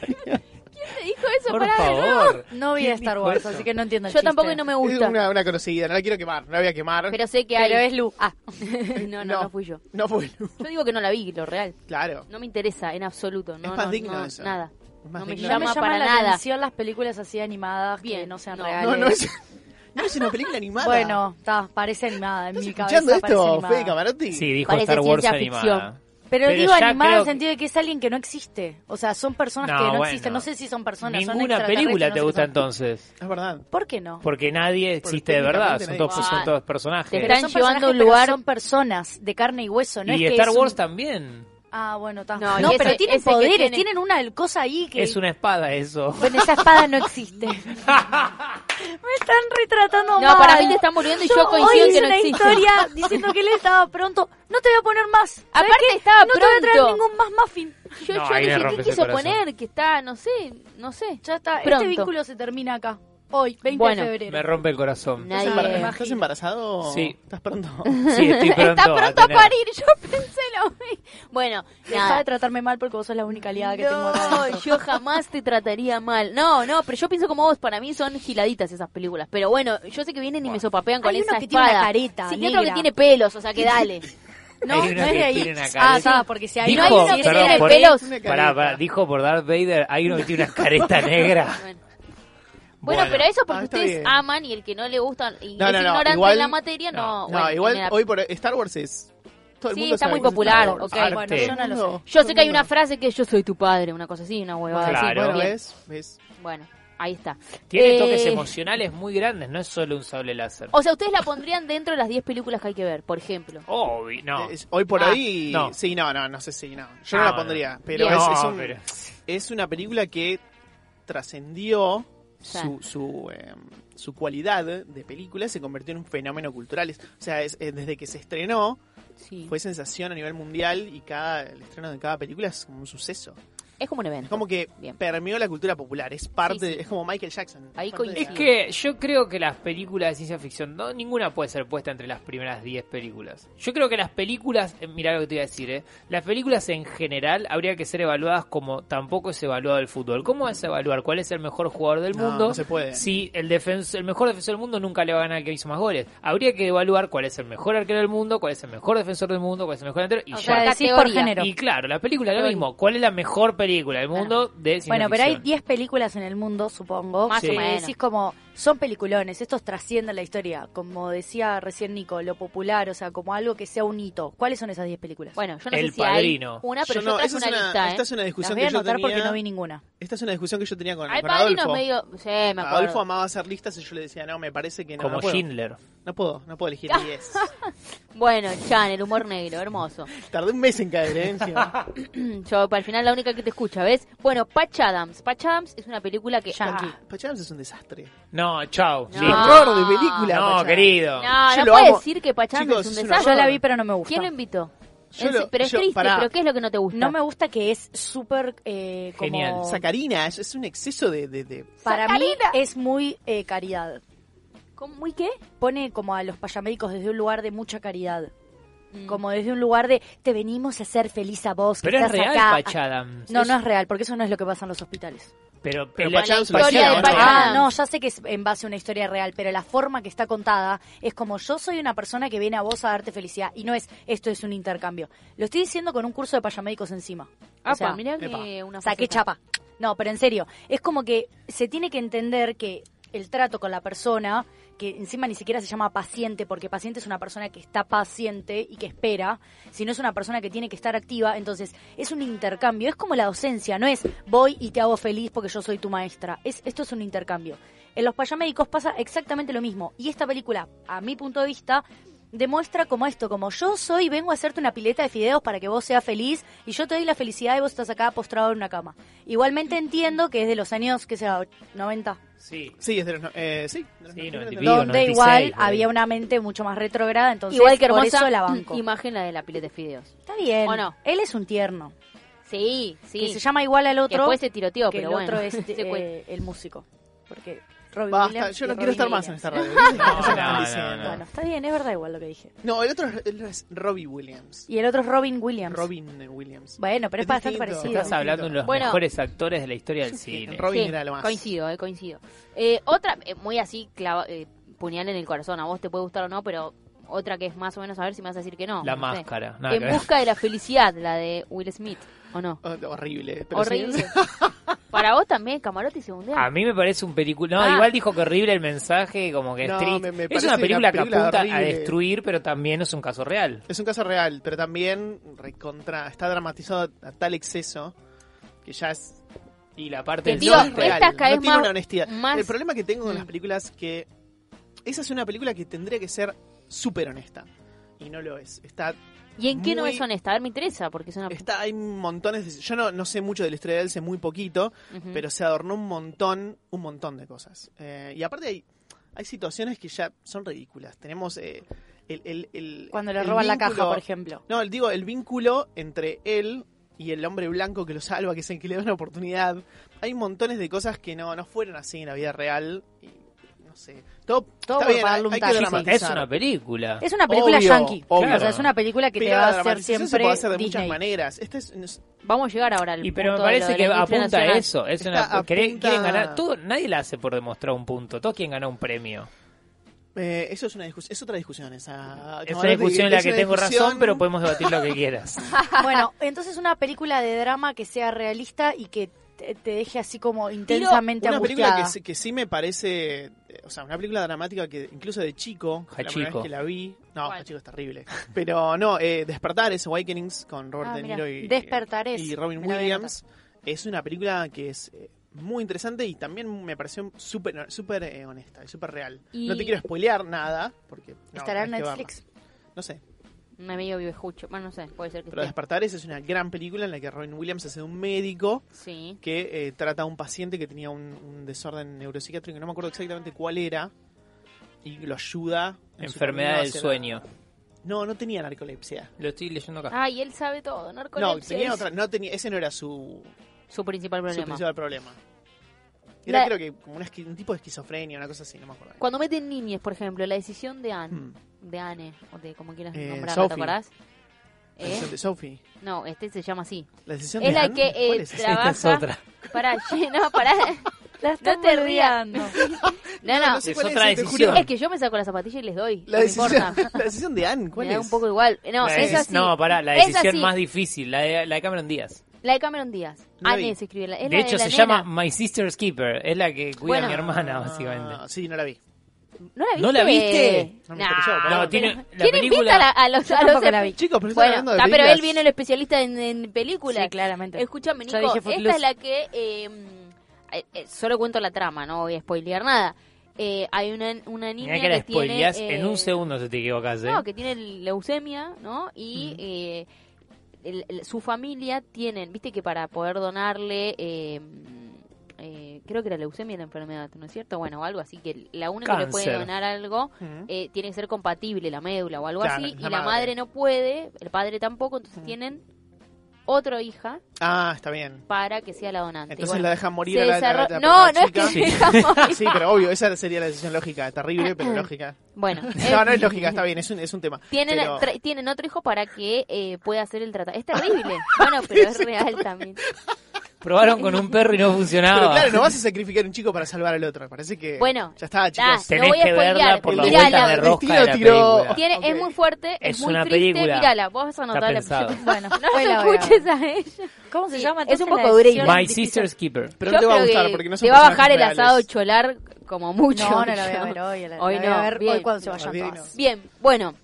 S3: ¿Te dijo eso?
S5: Por
S3: Pará, de nuevo.
S5: favor.
S4: No vi
S5: ¿Quién
S4: Star
S5: dijo
S4: Wars,
S5: eso?
S4: así que no entiendo el
S3: Yo
S4: chiste.
S3: tampoco y no me
S6: Es
S3: gusta.
S6: una, una conocida, no la quiero quemar, no la voy a quemar.
S3: Pero sé que hay.
S4: Pero es Lu. Ah,
S3: no, no, no, fui yo.
S6: No fui yo.
S3: Yo digo que no la vi, lo real.
S6: Claro.
S3: No me interesa en absoluto. No,
S6: Es más
S3: no,
S6: digno
S3: no,
S6: eso.
S3: Nada.
S6: Es más
S3: No me
S6: digno.
S4: no
S3: llama
S4: me
S3: para
S4: llaman la
S3: nada.
S4: atención las películas así animadas que
S3: Bien,
S4: no sean
S3: no.
S4: reales.
S6: No, no es, no es una película animada.
S4: Bueno, está, parece animada en
S6: ¿Estás
S4: mi
S6: escuchando
S4: cabeza. parece
S6: esto,
S4: animada.
S6: Fede Camarotti?
S5: Sí, dijo
S3: Parece
S5: Star Wars
S3: ciencia
S5: animada.
S4: Pero,
S5: Pero
S4: digo
S5: ya
S4: animada en
S5: creo
S4: el
S5: que-
S4: sentido de que es alguien que no existe. O sea, son personas
S5: No,
S4: que no
S5: bueno.
S4: existen. No sé si son personas, son
S5: Ninguna
S4: extraterrestres,
S5: película
S4: no
S5: te
S4: sé qué
S5: gusta
S4: son.
S5: entonces.
S6: Es verdad.
S4: ¿Por qué no?
S5: Porque nadie existe de verdad.
S6: técnicamente
S5: Son
S6: nadie
S5: todos,
S3: existe.
S5: son todos
S3: Te
S5: personajes.
S3: están
S4: son
S3: llevando a un
S4: personajes, pero
S3: lugar-
S4: Son personas de carne y hueso. No
S5: y
S4: es que
S5: Star
S4: es un-
S5: Wars también.
S4: Ah, bueno, está.
S3: No,
S4: No,
S3: y ese-
S4: pero tienen
S3: ese que
S4: poderes,
S3: tiene-
S4: tienen una cosa ahí que...
S5: Es una espada eso.
S4: Bueno, esa espada no existe. Me están retratando
S3: No,
S4: mal.
S3: para mí te están volviendo y yo coincido
S4: hoy
S3: en que
S4: hice
S3: no
S4: una
S3: existe.
S4: historia diciendo que él estaba pronto. No te voy a poner más. ¿Sabés
S3: Aparte
S4: qué?
S3: estaba
S4: No te voy a traer
S3: Ah, pronto.
S4: ningún más muffin.
S3: Yo,
S5: No,
S3: yo
S5: ahí me
S3: dije que
S5: rompes el
S3: quiso
S5: corazón.
S3: poner, que está, no sé, no sé.
S4: Ya está,
S3: Pronto.
S4: este vínculo se termina acá. hoy, 20
S3: Bueno,
S4: de febrero.
S5: Me rompe el corazón.
S3: Nadie-
S6: ¿Estás embar-
S4: Eh,
S6: ¿Estás embarazado?
S5: Sí.
S6: ¿Estás pronto?
S5: Sí, estoy pronto.
S3: Está pronto
S5: a
S3: a,
S5: tener.
S3: parir, yo pensé lo mismo. Bueno,
S4: Deja de
S3: nada.
S4: tratarme mal porque vos sos la única aliada que tengo acá.
S3: No, yo jamás te trataría mal. No, no, pero yo pienso como vos, para mí son giladitas esas películas. Pero bueno, yo sé que vienen y me sopapean con
S4: Hay
S3: esa
S4: uno que tiene
S3: espada.
S4: una careta
S3: sí, y otro que
S4: negra.
S3: tiene pelos, o sea que dale.
S4: No,
S5: Hay
S4: no
S5: una
S4: es
S5: que
S4: de ahí.
S5: tiene una
S4: Ah,
S5: careta.
S4: está, porque si hay
S5: Dijo,
S3: No hay uno que
S5: perdón,
S3: tiene
S5: por-
S3: pelos.
S6: Una careta.
S5: Pará, pará, dijo por Darth Vader, hay uno que tiene una careta negra.
S3: Bueno. Bueno, pero eso porque
S6: Ah, está
S3: ustedes
S6: bien.
S3: aman y el que no le gusta y
S6: No,
S3: es
S6: no, no,
S3: ignorante
S6: igual-
S3: en la materia, no.
S6: No,
S3: bueno,
S6: igual
S3: tiene la-
S6: hoy por Star Wars es. Todo el
S3: Sí,
S6: mundo
S3: está
S6: sabe
S3: muy
S6: que es
S3: popular,
S6: Star Wars.
S3: ok.
S5: Arte.
S4: Bueno, yo no lo sé.
S3: Yo sé que hay una frase que es, yo soy tu padre, una cosa así, una huevada. así,
S5: Claro.
S3: muy
S6: Bueno,
S3: bien.
S6: ¿ves? ¿Ves?
S3: Bueno, ahí está.
S5: Tiene
S3: Eh, Oh.
S5: toques emocionales muy grandes, no es solo un sable láser.
S3: O sea, ustedes la pondrían dentro de las 10 películas que hay que ver, por ejemplo.
S5: Obvio, no.
S6: Es- hoy por
S3: Ah,
S6: hoy.
S5: no.
S6: Sí, no, no, no sé si. no.
S5: Ah,
S6: Yo no la
S5: bueno.
S6: pondría. Pero,
S3: Bien.
S6: es,
S5: No,
S6: es un-
S5: pero-
S6: es una película que trascendió su, su, eh, su cualidad de película, se convirtió en un fenómeno cultural. Es- O sea, es- eh, desde que se estrenó,
S3: Sí.
S6: fue sensación a nivel mundial y cada el estreno de cada película es como un suceso.
S3: es como un evento.
S6: Es como que
S3: Bien.
S6: permeó la cultura popular, es parte,
S3: Sí, sí.
S6: es como Michael Jackson.
S3: Ahí
S6: parte de
S5: Es
S6: la-
S5: que yo creo que las películas de ciencia ficción, no, ninguna puede ser puesta entre las primeras 10 películas. Yo creo que las películas, eh, mirá lo que te iba a decir, eh, las películas en general habría que ser evaluadas como tampoco es evaluado el fútbol. ¿Cómo es evaluar cuál es el mejor jugador del
S6: No,
S5: mundo?
S6: no se puede.
S5: Si el, defenso, el mejor defensor del mundo nunca le va a ganar al que hizo más goles. Habría que evaluar cuál es el mejor arquero del mundo, cuál es el mejor defensor del mundo, cuál es el mejor delantero y
S3: O
S5: ya.
S3: sea,
S4: decís por
S3: categoría.
S4: género.
S5: y claro, la película es lo
S3: Teoría.
S5: mismo. ¿Cuál es la mejor película del mundo de ciencia
S4: Bueno, pero hay
S5: ficción?
S4: 10 películas en el mundo, supongo.
S3: Más
S5: o
S4: que
S3: menos.
S4: Decís como, son peliculones, estos trascienden la historia. Como decía recién Nico, lo popular, o sea, como algo que sea un hito. ¿Cuáles son esas 10 películas?
S3: Bueno, yo no
S5: El
S3: sé si
S5: Padrino.
S3: hay una, Ah, pero
S6: Yo
S3: yo,
S6: no,
S3: traje
S6: esa es
S3: una,
S6: una-
S3: lista, ¿eh?
S6: esta es una
S4: Las
S6: discusión
S4: voy a
S6: que yo
S4: anotar porque
S6: tenía.
S4: no vi ninguna.
S6: Esta es una discusión que yo tenía con,
S3: Al
S6: con
S3: Padrino
S6: Adolfo.
S3: es medio... Sí, me acuerdo.
S6: Adolfo amaba hacer listas y yo le decía, no, me parece que no.
S5: Como
S6: no puedo.
S5: Schindler.
S6: No puedo, no puedo elegir 10.
S3: Bueno, Chan, el humor negro, hermoso.
S6: Tardé un mes en caer, ¿eh? Encima.
S3: Yo, para el final, la única que te escucha, ¿ves? Bueno, Patch Adams. Patch Adams es una película que...
S4: Yankee.
S3: Ah,
S6: Patch Adams es un desastre.
S5: No, chao.
S3: No.
S5: listo.
S6: Horror de película.
S5: No,
S6: Patch Adams.
S5: querido.
S3: No,
S6: Yo
S3: no
S6: lo
S3: puedes
S6: amo.
S3: decir que Pachán es
S6: Chicos,
S3: un
S6: es una
S5: Ah,
S3: desastre.
S4: Yo la vi, pero no me gusta.
S3: ¿Quién lo invitó?
S6: Yo
S3: En-
S6: lo-
S3: pero es
S6: yo-
S3: triste,
S6: pará.
S3: pero ¿qué es lo que no te gusta?
S4: No me gusta que es súper eh, como...
S5: Genial.
S6: Sacarina, es, es un exceso de. de- de-
S4: Para mí
S3: Sacarina.
S4: es muy eh, caridad.
S3: ¿Cómo? ¿Muy qué?
S4: Pone como a los payamédicos desde un lugar de mucha caridad. Como desde un lugar de, te venimos a hacer feliz a vos, que
S5: Mm. Pero es
S4: estás
S5: real,
S4: acá.
S5: Patch Adams.
S4: No, no es real, porque eso no es lo que pasa en los hospitales.
S5: Pero,
S6: Pero
S5: el-
S6: Patch
S3: la
S6: Adams lo
S3: historia
S6: hacía,
S3: de
S6: ¿no?
S3: Patch
S6: Ah,
S4: Ah,
S3: Adams.
S4: no, ya sé que es en base a una historia real, pero la forma que está contada es como yo soy una persona que viene a vos a darte felicidad y no es esto es un intercambio. Lo estoy diciendo con un curso de payamédicos encima.
S3: Ah,
S4: o sea,
S3: mirá que
S6: epa.
S3: una
S4: saqué
S3: faceta.
S4: chapa. No, pero en serio, es como que se tiene que entender que el trato con la persona, que encima ni siquiera se llama paciente, porque paciente es una persona que está paciente y que espera, sino es una persona que tiene que estar activa, entonces es un intercambio, es como la docencia, no es voy y te hago feliz porque yo soy tu maestra, es esto es un intercambio. En los payamédicos pasa exactamente lo mismo, y esta película, a mi punto de vista, demuestra como esto, como yo soy, vengo a hacerte una pileta de fideos para que vos seas feliz y yo te doy la felicidad y vos estás acá postrado en una cama. Igualmente entiendo que es de los años, que sea, 90,
S5: Sí.
S6: Sí, es de los. no- Eh, sí, de los
S5: Sí,
S6: noventa,
S5: 90 y
S6: noventa.
S4: donde
S5: 96,
S4: igual
S5: por ahí.
S4: había una mente mucho más retrógrada, entonces
S3: Igual que
S4: por
S3: hermosa mm,
S4: eso la banco.
S3: imagen la de la pileta de fideos.
S4: Está bien,
S3: ¿O no?
S4: él es un tierno,
S3: Sí, sí.
S4: que se llama igual al otro,
S3: Después se tiroteó,
S4: que
S3: pero
S4: el
S3: bueno.
S4: otro es
S3: Se
S4: eh,
S3: cuenta.
S4: el músico, porque Robin
S6: Basta,
S4: Williams
S6: yo
S4: y
S6: no
S4: Robin
S6: quiero estar más en
S4: Williams.
S6: esta radio.
S5: No, no,
S6: Eso me están
S5: no,
S6: diciendo.
S5: no.
S4: Bueno, está bien, es verdad igual lo que dije.
S6: No, el otro es, el otro es Robbie Williams.
S4: Y el otro es Robin Williams.
S6: Robin Williams.
S4: Bueno, pero es bastante
S6: distinto.
S4: parecido.
S5: Estás hablando de los
S3: Bueno.
S5: mejores actores de la historia del cine.
S6: Robin
S3: Sí,
S6: era lo más.
S3: Coincido, eh, coincido. Eh, otra, eh, muy así, clava- eh, puñal en el corazón, a vos te puede gustar o no, pero otra que es más o menos, a ver si me vas a decir que no.
S5: La
S3: no sé.
S5: máscara, nada que
S3: en
S5: ver.
S3: busca de la felicidad, la de Will Smith, ¿o no?
S6: Oh, horrible. pero
S3: Horrible.
S6: sí.
S3: Para vos también, camarote y segundero.
S5: A mí me parece un película. No,
S3: Ah.
S5: igual dijo que horrible el mensaje, como que es
S6: No,
S5: triste.
S6: me- me
S5: es
S6: parece
S5: una
S6: una
S5: película,
S6: película
S5: que apunta a
S6: horrible.
S5: destruir, pero también es un caso real.
S6: Es un caso real, pero también recontra, está dramatizado a tal exceso que ya es
S5: Y la parte
S3: Te
S5: del
S3: digo,
S6: no es
S5: norte.
S3: esta
S6: real,
S3: cada vez
S6: no tiene
S3: más-
S6: una honestidad.
S3: más-
S6: El problema que tengo con las
S3: Mm.
S6: películas que esa es una película que tendría que ser súper honesta y no lo es. Está
S3: ¿Y en qué no
S6: muy-
S3: es honesta? A ver, me interesa, porque es una...
S6: está hay montones de, yo no, no sé mucho de la historia de él, sé muy poquito,
S3: Ujú.
S6: pero se adornó un montón, un montón de cosas. Eh, y aparte hay hay situaciones que ya son ridículas. Tenemos eh, el, el- el-
S4: Cuando le
S6: el
S4: roban la caja,
S6: vínculo-
S4: por ejemplo.
S6: No, el- digo, el vínculo entre él y el hombre blanco que lo salva, que es el que le da una oportunidad. Hay montones de cosas que no, no fueron así en la vida real. Y no sé. Todo,
S4: Todo
S6: está
S4: por
S6: bien,
S4: pagarle
S6: hay,
S4: un
S6: hay que
S4: taxi.
S6: dramatizar.
S5: Es una película.
S4: Es una película
S6: Obvio,
S4: yankee.
S6: obvio.
S4: O sea, es una película que
S6: Pero
S4: te
S6: la
S4: va a hacer
S6: dramatización
S4: siempre
S6: se puede hacer de
S4: Disney.
S6: muchas maneras. Esta es- es-
S3: Vamos a llegar ahora al
S5: Y pero me
S3: punto de lo
S5: parece
S3: de
S5: que
S3: la industria
S5: apunta a
S3: nacional.
S5: eso. Es
S6: Está,
S5: una, quieren,
S6: apunta-
S5: quieren ganar. todo- nadie la hace por demostrar un punto. Todos quieren ganar un premio.
S6: eh, eso es una discusión, es otra discusión esa.
S5: Es
S6: no,
S5: una
S6: no te-
S5: discusión en la
S6: es
S5: que
S6: una
S5: tengo razón,
S6: discusión-
S5: pero podemos debatir lo que quieras.
S4: Bueno, entonces una película de drama que sea realista y que te, te deje así como intensamente
S6: una película
S4: angustiada.
S6: que, sí- que sí me parece, eh, o sea, una película dramática que incluso de chico, que la primera
S5: Hachiko.
S6: vez que la vi, no,
S3: ¿Cuál?
S6: chico es terrible, pero no, eh, Despertares, Awakenings con Robert
S4: Ah,
S6: De
S4: mira,
S6: Niro y,
S4: Despertares,
S6: y Robin
S4: me la voy a
S6: Williams, es una película que es eh, muy interesante y también me pareció súper súper eh, honesta y súper real.
S3: Y-
S6: No te quiero spoilear nada, porque... no,
S4: Estará en
S6: tenés que verla.
S4: Netflix.
S6: No sé,
S3: Un amigo viejucho. Bueno, no sé, puede ser que
S6: pero
S3: esté.
S6: Despertares es una gran película en la que Robin Williams hace de un médico
S3: Sí.
S6: que eh, trata a un paciente que tenía un, un desorden neuropsiquiátrico, no me acuerdo exactamente cuál era, y lo ayuda. en su camino
S5: Enfermedad del
S6: hacia la-
S5: sueño.
S6: No, no tenía narcolepsia.
S5: Lo estoy leyendo acá.
S3: Ah, y él sabe todo.
S6: No,
S3: Narcolepsia
S6: tenía
S3: es
S6: otra, no tenía, ese no era su,
S3: su principal
S6: su
S3: problema.
S6: principal problema. Era
S3: La-
S6: creo que como una esqui- un tipo de esquizofrenia, una cosa así, no me acuerdo.
S3: Cuando meten niñes, por ejemplo, la decisión de Anne,
S6: Hmm.
S3: de Anne, o de como quieras
S6: Eh,
S3: nombrarla, ¿te
S6: Sophie.
S3: acordás?
S6: La
S3: ¿Eh?
S6: decisión de Sophie.
S3: No, este se llama así.
S6: La decisión
S3: Es
S6: de
S3: la
S6: Anne,
S3: que eh,
S6: ¿cuál es esa?
S3: trabaja.
S5: Esta es otra.
S3: Para, no, para.
S4: La
S3: No te rías.
S4: olvidando.
S3: No, no.
S6: No sé
S5: Es
S6: cuál
S5: otra
S6: te juro.
S5: decisión.
S3: Es que yo me saco la zapatilla y les doy.
S6: La
S3: no
S6: decisión,
S3: me importa.
S6: la decisión de Anne, ¿cuál
S3: me
S6: es?
S3: da un poco igual. No,
S5: La
S3: es
S5: decis-
S3: así.
S5: no, pará, la
S3: Es
S5: decisión
S3: así.
S5: más difícil, la de, la de Cameron Díaz.
S3: La de Cameron Díaz. Ah,
S6: No la
S3: Anne
S6: vi.
S3: se escribe. La, es la
S5: De hecho,
S3: la
S5: se
S3: nena.
S5: llama My Sister's Keeper. Es la que cuida a mi
S3: Bueno.
S5: hermana, básicamente.
S6: Ah, sí, no la vi.
S3: ¿No la viste?
S5: ¿No la viste?
S6: No me interesó,
S3: Nah,
S6: pero-
S5: No, tiene-
S3: pero-
S5: la
S3: ¿Quién
S5: película-
S3: invita a, la- a los,
S4: Yo
S3: a los-
S4: tampoco la vi.
S6: Chicos, pero están
S3: Bueno,
S6: hablando de
S3: está, pero
S6: películas.
S3: él viene el especialista en, en películas.
S4: Sí, claramente.
S3: Escúchame,
S4: Yo
S3: Nico,
S4: dije
S3: esta
S4: Footloose.
S3: es la que... eh, eh, eh, solo cuento la trama, no voy a spoilear nada. Eh, hay una, una niña
S5: Mirá que la
S3: tiene...
S5: spoileás en
S3: eh,
S5: un segundo si te equivocas, ¿eh?
S3: No, que tiene leucemia, ¿no? Y eh, el- el- su familia tienen, viste que para poder donarle, eh, eh, creo que era leucemia la enfermedad, ¿no es cierto? Bueno, o algo así, que la única que le puede
S5: Cáncer.
S3: donar algo
S6: Ujú.
S3: eh, tiene que ser compatible la médula o algo
S6: Claro,
S3: así, y
S6: la
S3: la
S6: madre.
S3: madre no puede, el padre tampoco, entonces tienen otra hija
S6: Ah, está bien.
S3: para que sea la donante.
S6: Entonces
S3: Bueno,
S6: la dejan morir
S3: se
S6: a la, a la- a
S3: desarro-
S6: la- a la
S3: No, no es
S6: chica.
S3: que se deja morir.
S6: Sí, pero obvio, esa sería la decisión lógica. Terrible, pero lógica.
S3: Bueno,
S6: No, no
S3: eh,
S6: es lógica, está bien, es un, es un tema.
S3: Tienen,
S6: Pero-
S3: tra- tienen otro hijo para que eh, pueda hacer el tratamiento. Es terrible. Bueno, pero es real también.
S5: Probaron con un perro y no
S6: pero
S5: funcionaba.
S6: claro, no vas a sacrificar un un chico para salvar al otro. Parece que.
S3: Bueno,
S6: ya está,
S3: ya,
S6: chicos.
S5: Tenés
S3: no voy a
S5: que verla
S3: spoilear.
S5: por la
S3: Mirala.
S5: vuelta de rosca de la
S6: Tiró-
S5: película.
S3: Tiene,
S6: Ok.
S3: Es muy fuerte, es,
S5: Es
S3: muy
S5: una
S3: triste.
S5: película.
S3: Mírala, vos vas a notar la
S5: pensado.
S4: Bueno,
S3: No
S4: hoy
S3: te
S4: la voy a
S3: escuches
S4: ver.
S3: a ella.
S4: ¿Cómo se
S3: Sí,
S4: llama?
S3: es un
S4: entonces
S3: poco
S4: la
S3: durilla.
S4: decisión
S5: My
S4: difícil?
S5: Sister's Keeper.
S6: Pero
S3: Yo
S6: no te va a
S3: creo
S6: gustar
S3: que
S6: porque no son
S3: Te va a
S6: personajes
S3: bajar el
S6: reales.
S3: asado cholar como mucho.
S4: No, no la voy
S3: creo.
S4: a ver hoy. La,
S3: Hoy
S4: la voy
S3: no,
S4: a ver
S3: bien.
S4: hoy cuando se vayan
S6: Bien.
S4: todas.
S3: Bien, bueno.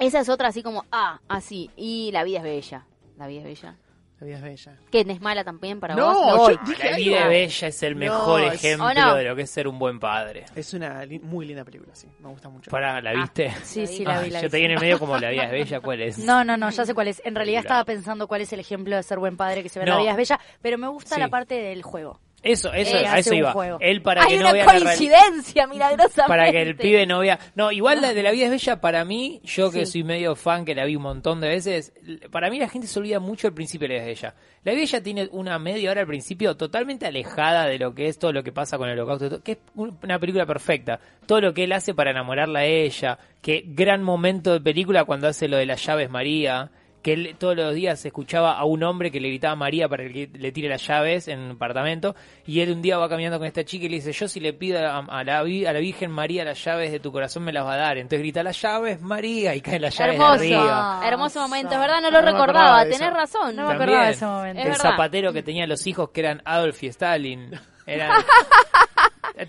S3: Esa es otra así como, ah, así. Y la vida es bella. La vida es bella.
S6: La vida es bella.
S3: Que es mala también para
S6: No,
S3: vos.
S6: yo
S3: voy.
S6: dije
S5: La
S6: algo.
S5: vida bella es el
S6: No,
S5: mejor
S6: es-
S5: ejemplo
S3: ¿O no?
S5: de lo que es ser un buen padre.
S6: Es una li- muy linda película, sí. Me gusta mucho.
S5: Pará, ¿la viste?
S4: Sí, sí, la
S5: Ah,
S4: vi, la
S5: yo
S4: vi.
S5: te viene medio como la vida es bella, ¿cuál es?
S4: No, no, no, ya sé cuál es. En realidad
S5: Claro.
S4: estaba pensando cuál es el ejemplo de ser buen padre que se ve en
S5: No.
S4: la vida es bella, pero me gusta
S5: Sí.
S4: la parte del juego.
S5: Eso, eso,
S4: Eh,
S5: a
S4: hace
S5: eso
S4: un
S5: iba.
S4: juego.
S5: Él para
S3: Hay
S5: que no
S3: una
S5: vea la realidad.
S3: coincidencia milagrosamente.
S5: Para que el pibe no vea. No, igual la de la vida es bella, para mí, yo que soy medio fan, que la vi un montón de veces, l- para mí la gente se olvida mucho al principio de la vida es bella. La vida es bella tiene una media hora al principio totalmente alejada de lo que es todo lo que pasa con el holocausto, y todo, que es un- una película perfecta. Todo lo que él hace para enamorarla a ella, que gran momento de película cuando hace lo de las llaves María. Que él todos los días escuchaba a un hombre que le gritaba María para que le tire las llaves en un apartamento. Y él un día va caminando con esta chica y le dice: Yo, si le pido a, a la, vi- a la Virgen María las llaves de tu corazón, me las va a dar. Entonces grita: Las llaves, María. Y caen las llaves de arriba.
S3: Hermoso,
S4: arriba.
S3: hermoso momento, es verdad, no
S6: No
S3: lo
S6: me
S3: recordaba,
S6: acordaba de
S3: tenés
S6: eso.
S3: razón.
S4: No me
S5: También,
S4: acordaba de ese momento.
S3: Es
S5: El
S3: verdad.
S5: zapatero que tenía los hijos que eran Adolf y Stalin. Eran-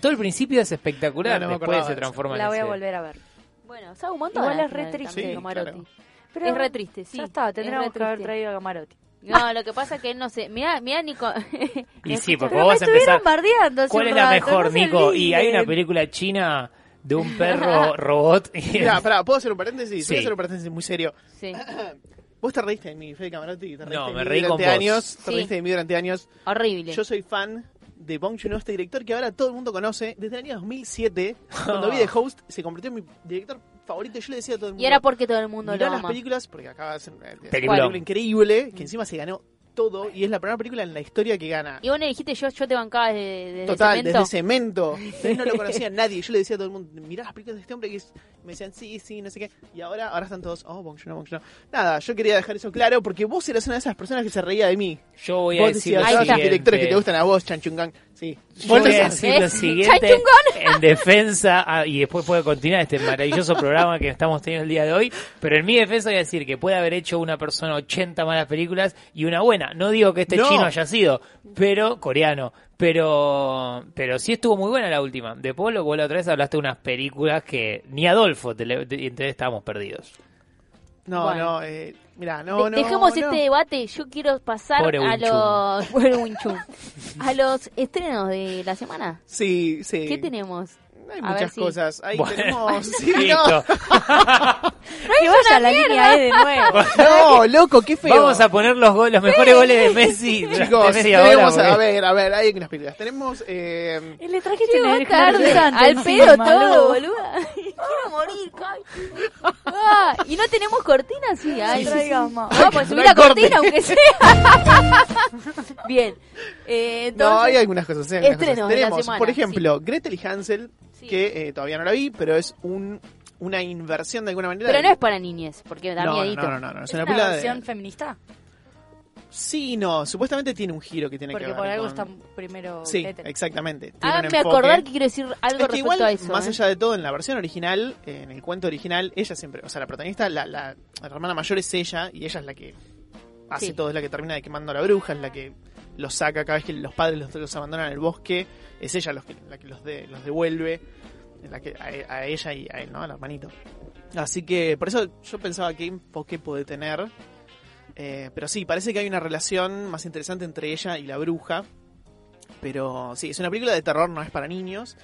S5: Todo el principio es espectacular.
S6: No, no me
S5: Después
S6: acordaba
S5: se
S6: de
S5: transforma
S4: La
S5: en
S4: voy a
S5: ese-
S4: volver a ver.
S3: Bueno, sabe un montón.
S4: Igual
S3: la
S4: es re
S3: final
S4: triste.
S3: también,
S6: Sí,
S3: Camarotti.
S6: claro.
S4: Pero
S3: Es re triste, sí.
S4: Ya está,
S3: es
S4: tendríamos
S3: re
S4: que haber
S3: triste.
S4: traído a Camarotti.
S3: No, lo que pasa es que él no sé. Mirá, mirá, Nico.
S5: Y sí, porque
S4: Pero
S5: vos
S4: me
S5: vas a empezar.
S4: estuvieron bardeando hace
S5: ¿Cuál
S4: un
S5: es la
S4: rato,
S5: mejor,
S4: no se
S5: Nico? Y hay una
S4: olviden.
S5: película china de un perro robot. y-
S6: Mira, pará, ¿puedo hacer un paréntesis?
S5: Sí.
S6: Voy a hacer un paréntesis muy serio.
S3: Sí.
S6: Vos te reíste de mí, Fede Camarotti. Te reíste
S5: No,
S6: de
S5: me
S6: mí
S5: reí con
S6: durante
S5: vos.
S6: años. Te
S3: Sí.
S6: reíste de mí durante años.
S3: Horrible.
S6: Yo soy fan de Bong Joon-ho, este director que ahora todo el mundo conoce. Desde el año 2007, cuando vi The Host, se convirtió en mi director favorito. Yo le decía a todo el mundo.
S3: Y era porque todo el mundo
S6: mirá
S3: lo
S6: las
S3: ama.
S6: películas, porque acaba de ser eh,
S3: Mm.
S5: Peliculón.
S6: una película increíble, que encima se ganó todo y es la primera película en la historia que gana.
S3: Y vos le dijiste, yo, yo te bancaba desde, desde
S6: Total,
S3: Cemento.
S6: desde Cemento. Ustedes no lo conocía nadie. Yo le decía a todo el mundo, mirá las películas de este hombre. que es-". me decían, sí, sí, no sé qué. Y ahora, ahora están todos, oh, Bong Joon-ho, Bong Joon-ho. Nada, yo quería dejar eso claro porque vos eras una de esas personas que se reía de mí.
S5: Yo voy a
S6: vos
S5: decir lo
S6: decías, todos los
S5: siguiente.
S6: directores que te gustan a vos, Chan Chung Gang. Sí.
S5: Yo
S6: Vos
S5: voy a
S6: los-
S5: decir lo
S3: ¿Ves?
S5: siguiente
S3: Chanchungón.
S5: en defensa ah, y después puede continuar este maravilloso programa que estamos teniendo el día de hoy. Pero en mi defensa voy a decir que puede haber hecho una persona 80 malas películas y una buena. No digo que este
S6: No.
S5: chino haya sido, pero coreano. Pero pero sí estuvo muy buena la última. De Polo, vos la otra vez hablaste de unas películas que ni Adolfo, te le- te- y entonces estábamos perdidos.
S6: No,
S3: Bueno.
S6: no, eh, mirá, no,
S3: De-
S6: no.
S3: dejemos
S6: no.
S3: este debate. Yo quiero pasar
S5: Pobre
S3: a
S5: Winchun.
S3: los pobre Winchun. a los estrenos de la semana.
S6: Sí, sí.
S3: ¿Qué tenemos?
S6: Hay
S3: A ver
S6: muchas
S3: si-
S6: cosas. Ahí
S5: Bueno.
S6: tenemos. Sí, no.
S5: Listo.
S4: Que vaya la línea E de nuevo.
S6: No, loco, qué feo.
S5: Vamos a poner los, go- los mejores goles de Messi. durante
S6: Chicos,
S5: media hora,
S6: tenemos, a
S5: porque-
S6: ver, a ver, hay unas películas. Tenemos, eh,
S4: Y Le trajiste una
S3: Llegó
S4: Virgen Santo
S3: al
S4: encima,
S3: pedo todo,
S4: boludo.
S3: boluda. Quiero morir, Kai. Ah, y no tenemos cortina, sí. Ay,
S4: No traigas más.
S3: Vamos a subir pues
S6: No
S3: la
S6: hay corte.
S3: cortina, aunque sea. Bien. Eh, entonces,
S6: no, hay algunas cosas. hay algunas
S3: estrenos
S6: cosas.
S3: de la
S6: Tenemos,
S3: semana,
S6: por ejemplo, Gretel y Hansel,
S3: Sí.
S6: que eh, todavía no la vi, pero es un, una inversión de alguna manera.
S3: Pero
S6: de-
S3: no es para niñes, porque da
S6: no, no,
S3: miedito.
S6: no, no, no, es
S4: ¿Es
S6: una
S4: una
S6: película
S4: versión
S6: de...
S4: feminista?
S6: Sí, no, supuestamente tiene un giro que tiene que
S4: Porque
S6: ver
S4: por algo
S6: con-
S4: está primero
S6: Sí,
S4: Gretel.
S6: exactamente. Tiene un
S3: Háganme
S6: enfoque.
S3: acordar Ah, que quiero decir algo
S6: Es que
S3: respecto
S6: igual,
S3: a eso.
S6: más
S3: eh.
S6: allá de todo, en la versión original, eh, en el cuento original, ella siempre, o sea, la protagonista, la, la- la hermana mayor es ella, y ella es la que hace
S3: Sí.
S6: todo, es la que termina de quemando a la bruja, es la que los saca cada vez que los padres los, los abandonan en el bosque, es ella los que, la que los, de- los devuelve, es la que, a, a ella y a él, ¿no? Al hermanito. Así que, por eso yo pensaba que enfoque puede tener. eh, pero sí, parece que hay una relación más interesante entre ella y la bruja. Pero sí, es una película de terror, no es para niños.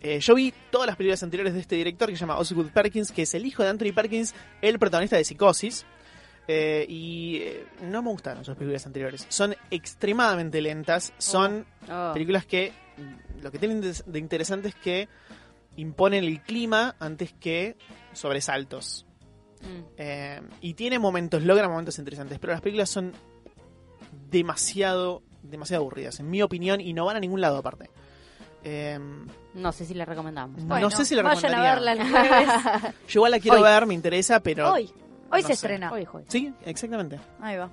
S6: Eh, yo vi todas las películas anteriores de este director que se llama Osgood Perkins, que es el hijo de Anthony Perkins, el protagonista de Psicosis. Eh, y eh, no me gustaron sus películas anteriores. Son extremadamente lentas, son
S3: Oh.
S6: películas que mm, lo que tienen de de interesante es que imponen el clima antes que sobresaltos.
S3: Mm.
S6: Eh, y tiene momentos, logra momentos interesantes, pero las películas son demasiado, demasiado aburridas, en mi opinión, y no van a ningún lado aparte. Eh,
S3: No sé si la recomendamos.
S4: Bueno,
S6: no sé si la
S4: Vayan a
S6: recomendaría.
S4: verla el jueves.
S6: Yo igual la quiero
S4: Hoy.
S6: ver, me interesa, pero...
S4: Hoy. Hoy se
S6: No sé.
S4: estrena.
S3: Oye, joder.
S6: Sí, exactamente.
S4: Ahí va.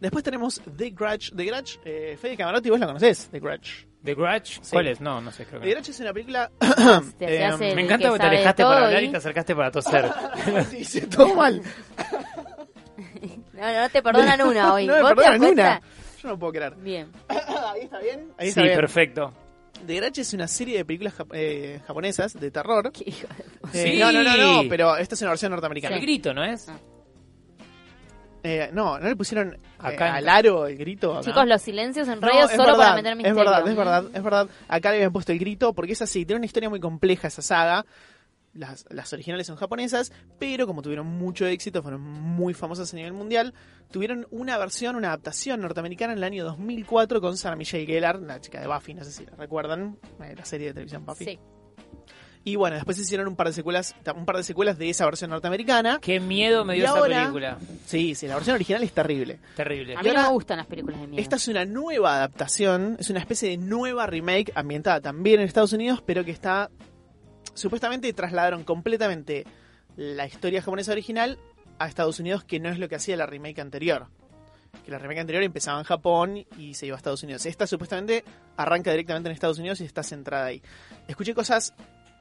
S6: Después tenemos The Grudge. The Grudge, eh, Fede Camarotti, vos la conocés, The Grudge.
S5: ¿The Grudge?
S6: Sí.
S5: ¿Cuál es? No, no sé, creo que
S6: The
S5: no.
S6: Grudge es una película...
S3: Te- te hace
S6: em,
S3: el
S5: Me encanta
S3: que
S5: que te
S3: sabe
S5: alejaste
S3: todo
S5: para hablar
S3: y-
S5: y te acercaste para toser.
S6: Dice todo mal.
S3: No, no, no te perdonan una hoy.
S6: no me
S3: ¿Vos te
S6: perdonan
S3: das
S6: una.
S3: cuenta?
S6: Yo no puedo creer.
S3: Bien.
S6: Ah, Ahí está bien. Ahí
S5: Sí,
S6: está bien.
S5: perfecto.
S6: The Grudge es una serie de películas jap- eh, japonesas de terror.
S3: Qué hijo de-
S6: Eh,
S5: Sí.
S6: No, no, no, no, pero esta es una versión norteamericana.
S5: El grito, ¿no es?
S3: Ah.
S6: Eh, no, no le pusieron eh,
S5: Acá.
S6: al aro el grito. acá?
S3: Chicos, los silencios en
S6: No,
S3: radio
S6: es
S3: solo para
S6: verdad,
S3: meter
S6: Es
S3: misterio.
S6: verdad, es verdad, es verdad. Acá le habían puesto el grito porque es así, tiene una historia muy compleja esa saga. Las, las originales son japonesas, pero como tuvieron mucho éxito, fueron muy famosas a nivel mundial, tuvieron una versión, una adaptación norteamericana en el año 2004 con Sarah Michelle Gellar, la chica de Buffy, no sé si la recuerdan, eh, la serie de televisión Buffy.
S3: Sí.
S6: Y bueno, después hicieron un par de secuelas, un par de secuelas de esa versión norteamericana.
S5: Qué miedo me dio
S6: Y
S5: esa
S6: ahora-
S5: película.
S6: Sí, sí, la versión original es terrible.
S5: Terrible.
S3: A mí no
S6: ahora-
S3: me gustan las películas de miedo.
S6: Esta es una nueva adaptación, es una especie de nueva remake ambientada también en Estados Unidos, pero que está. Supuestamente trasladaron completamente la historia japonesa original a Estados Unidos, que no es lo que hacía la remake anterior. Que la remake anterior empezaba en Japón y se iba a Estados Unidos. Esta supuestamente arranca directamente en Estados Unidos y está centrada ahí. Escuché cosas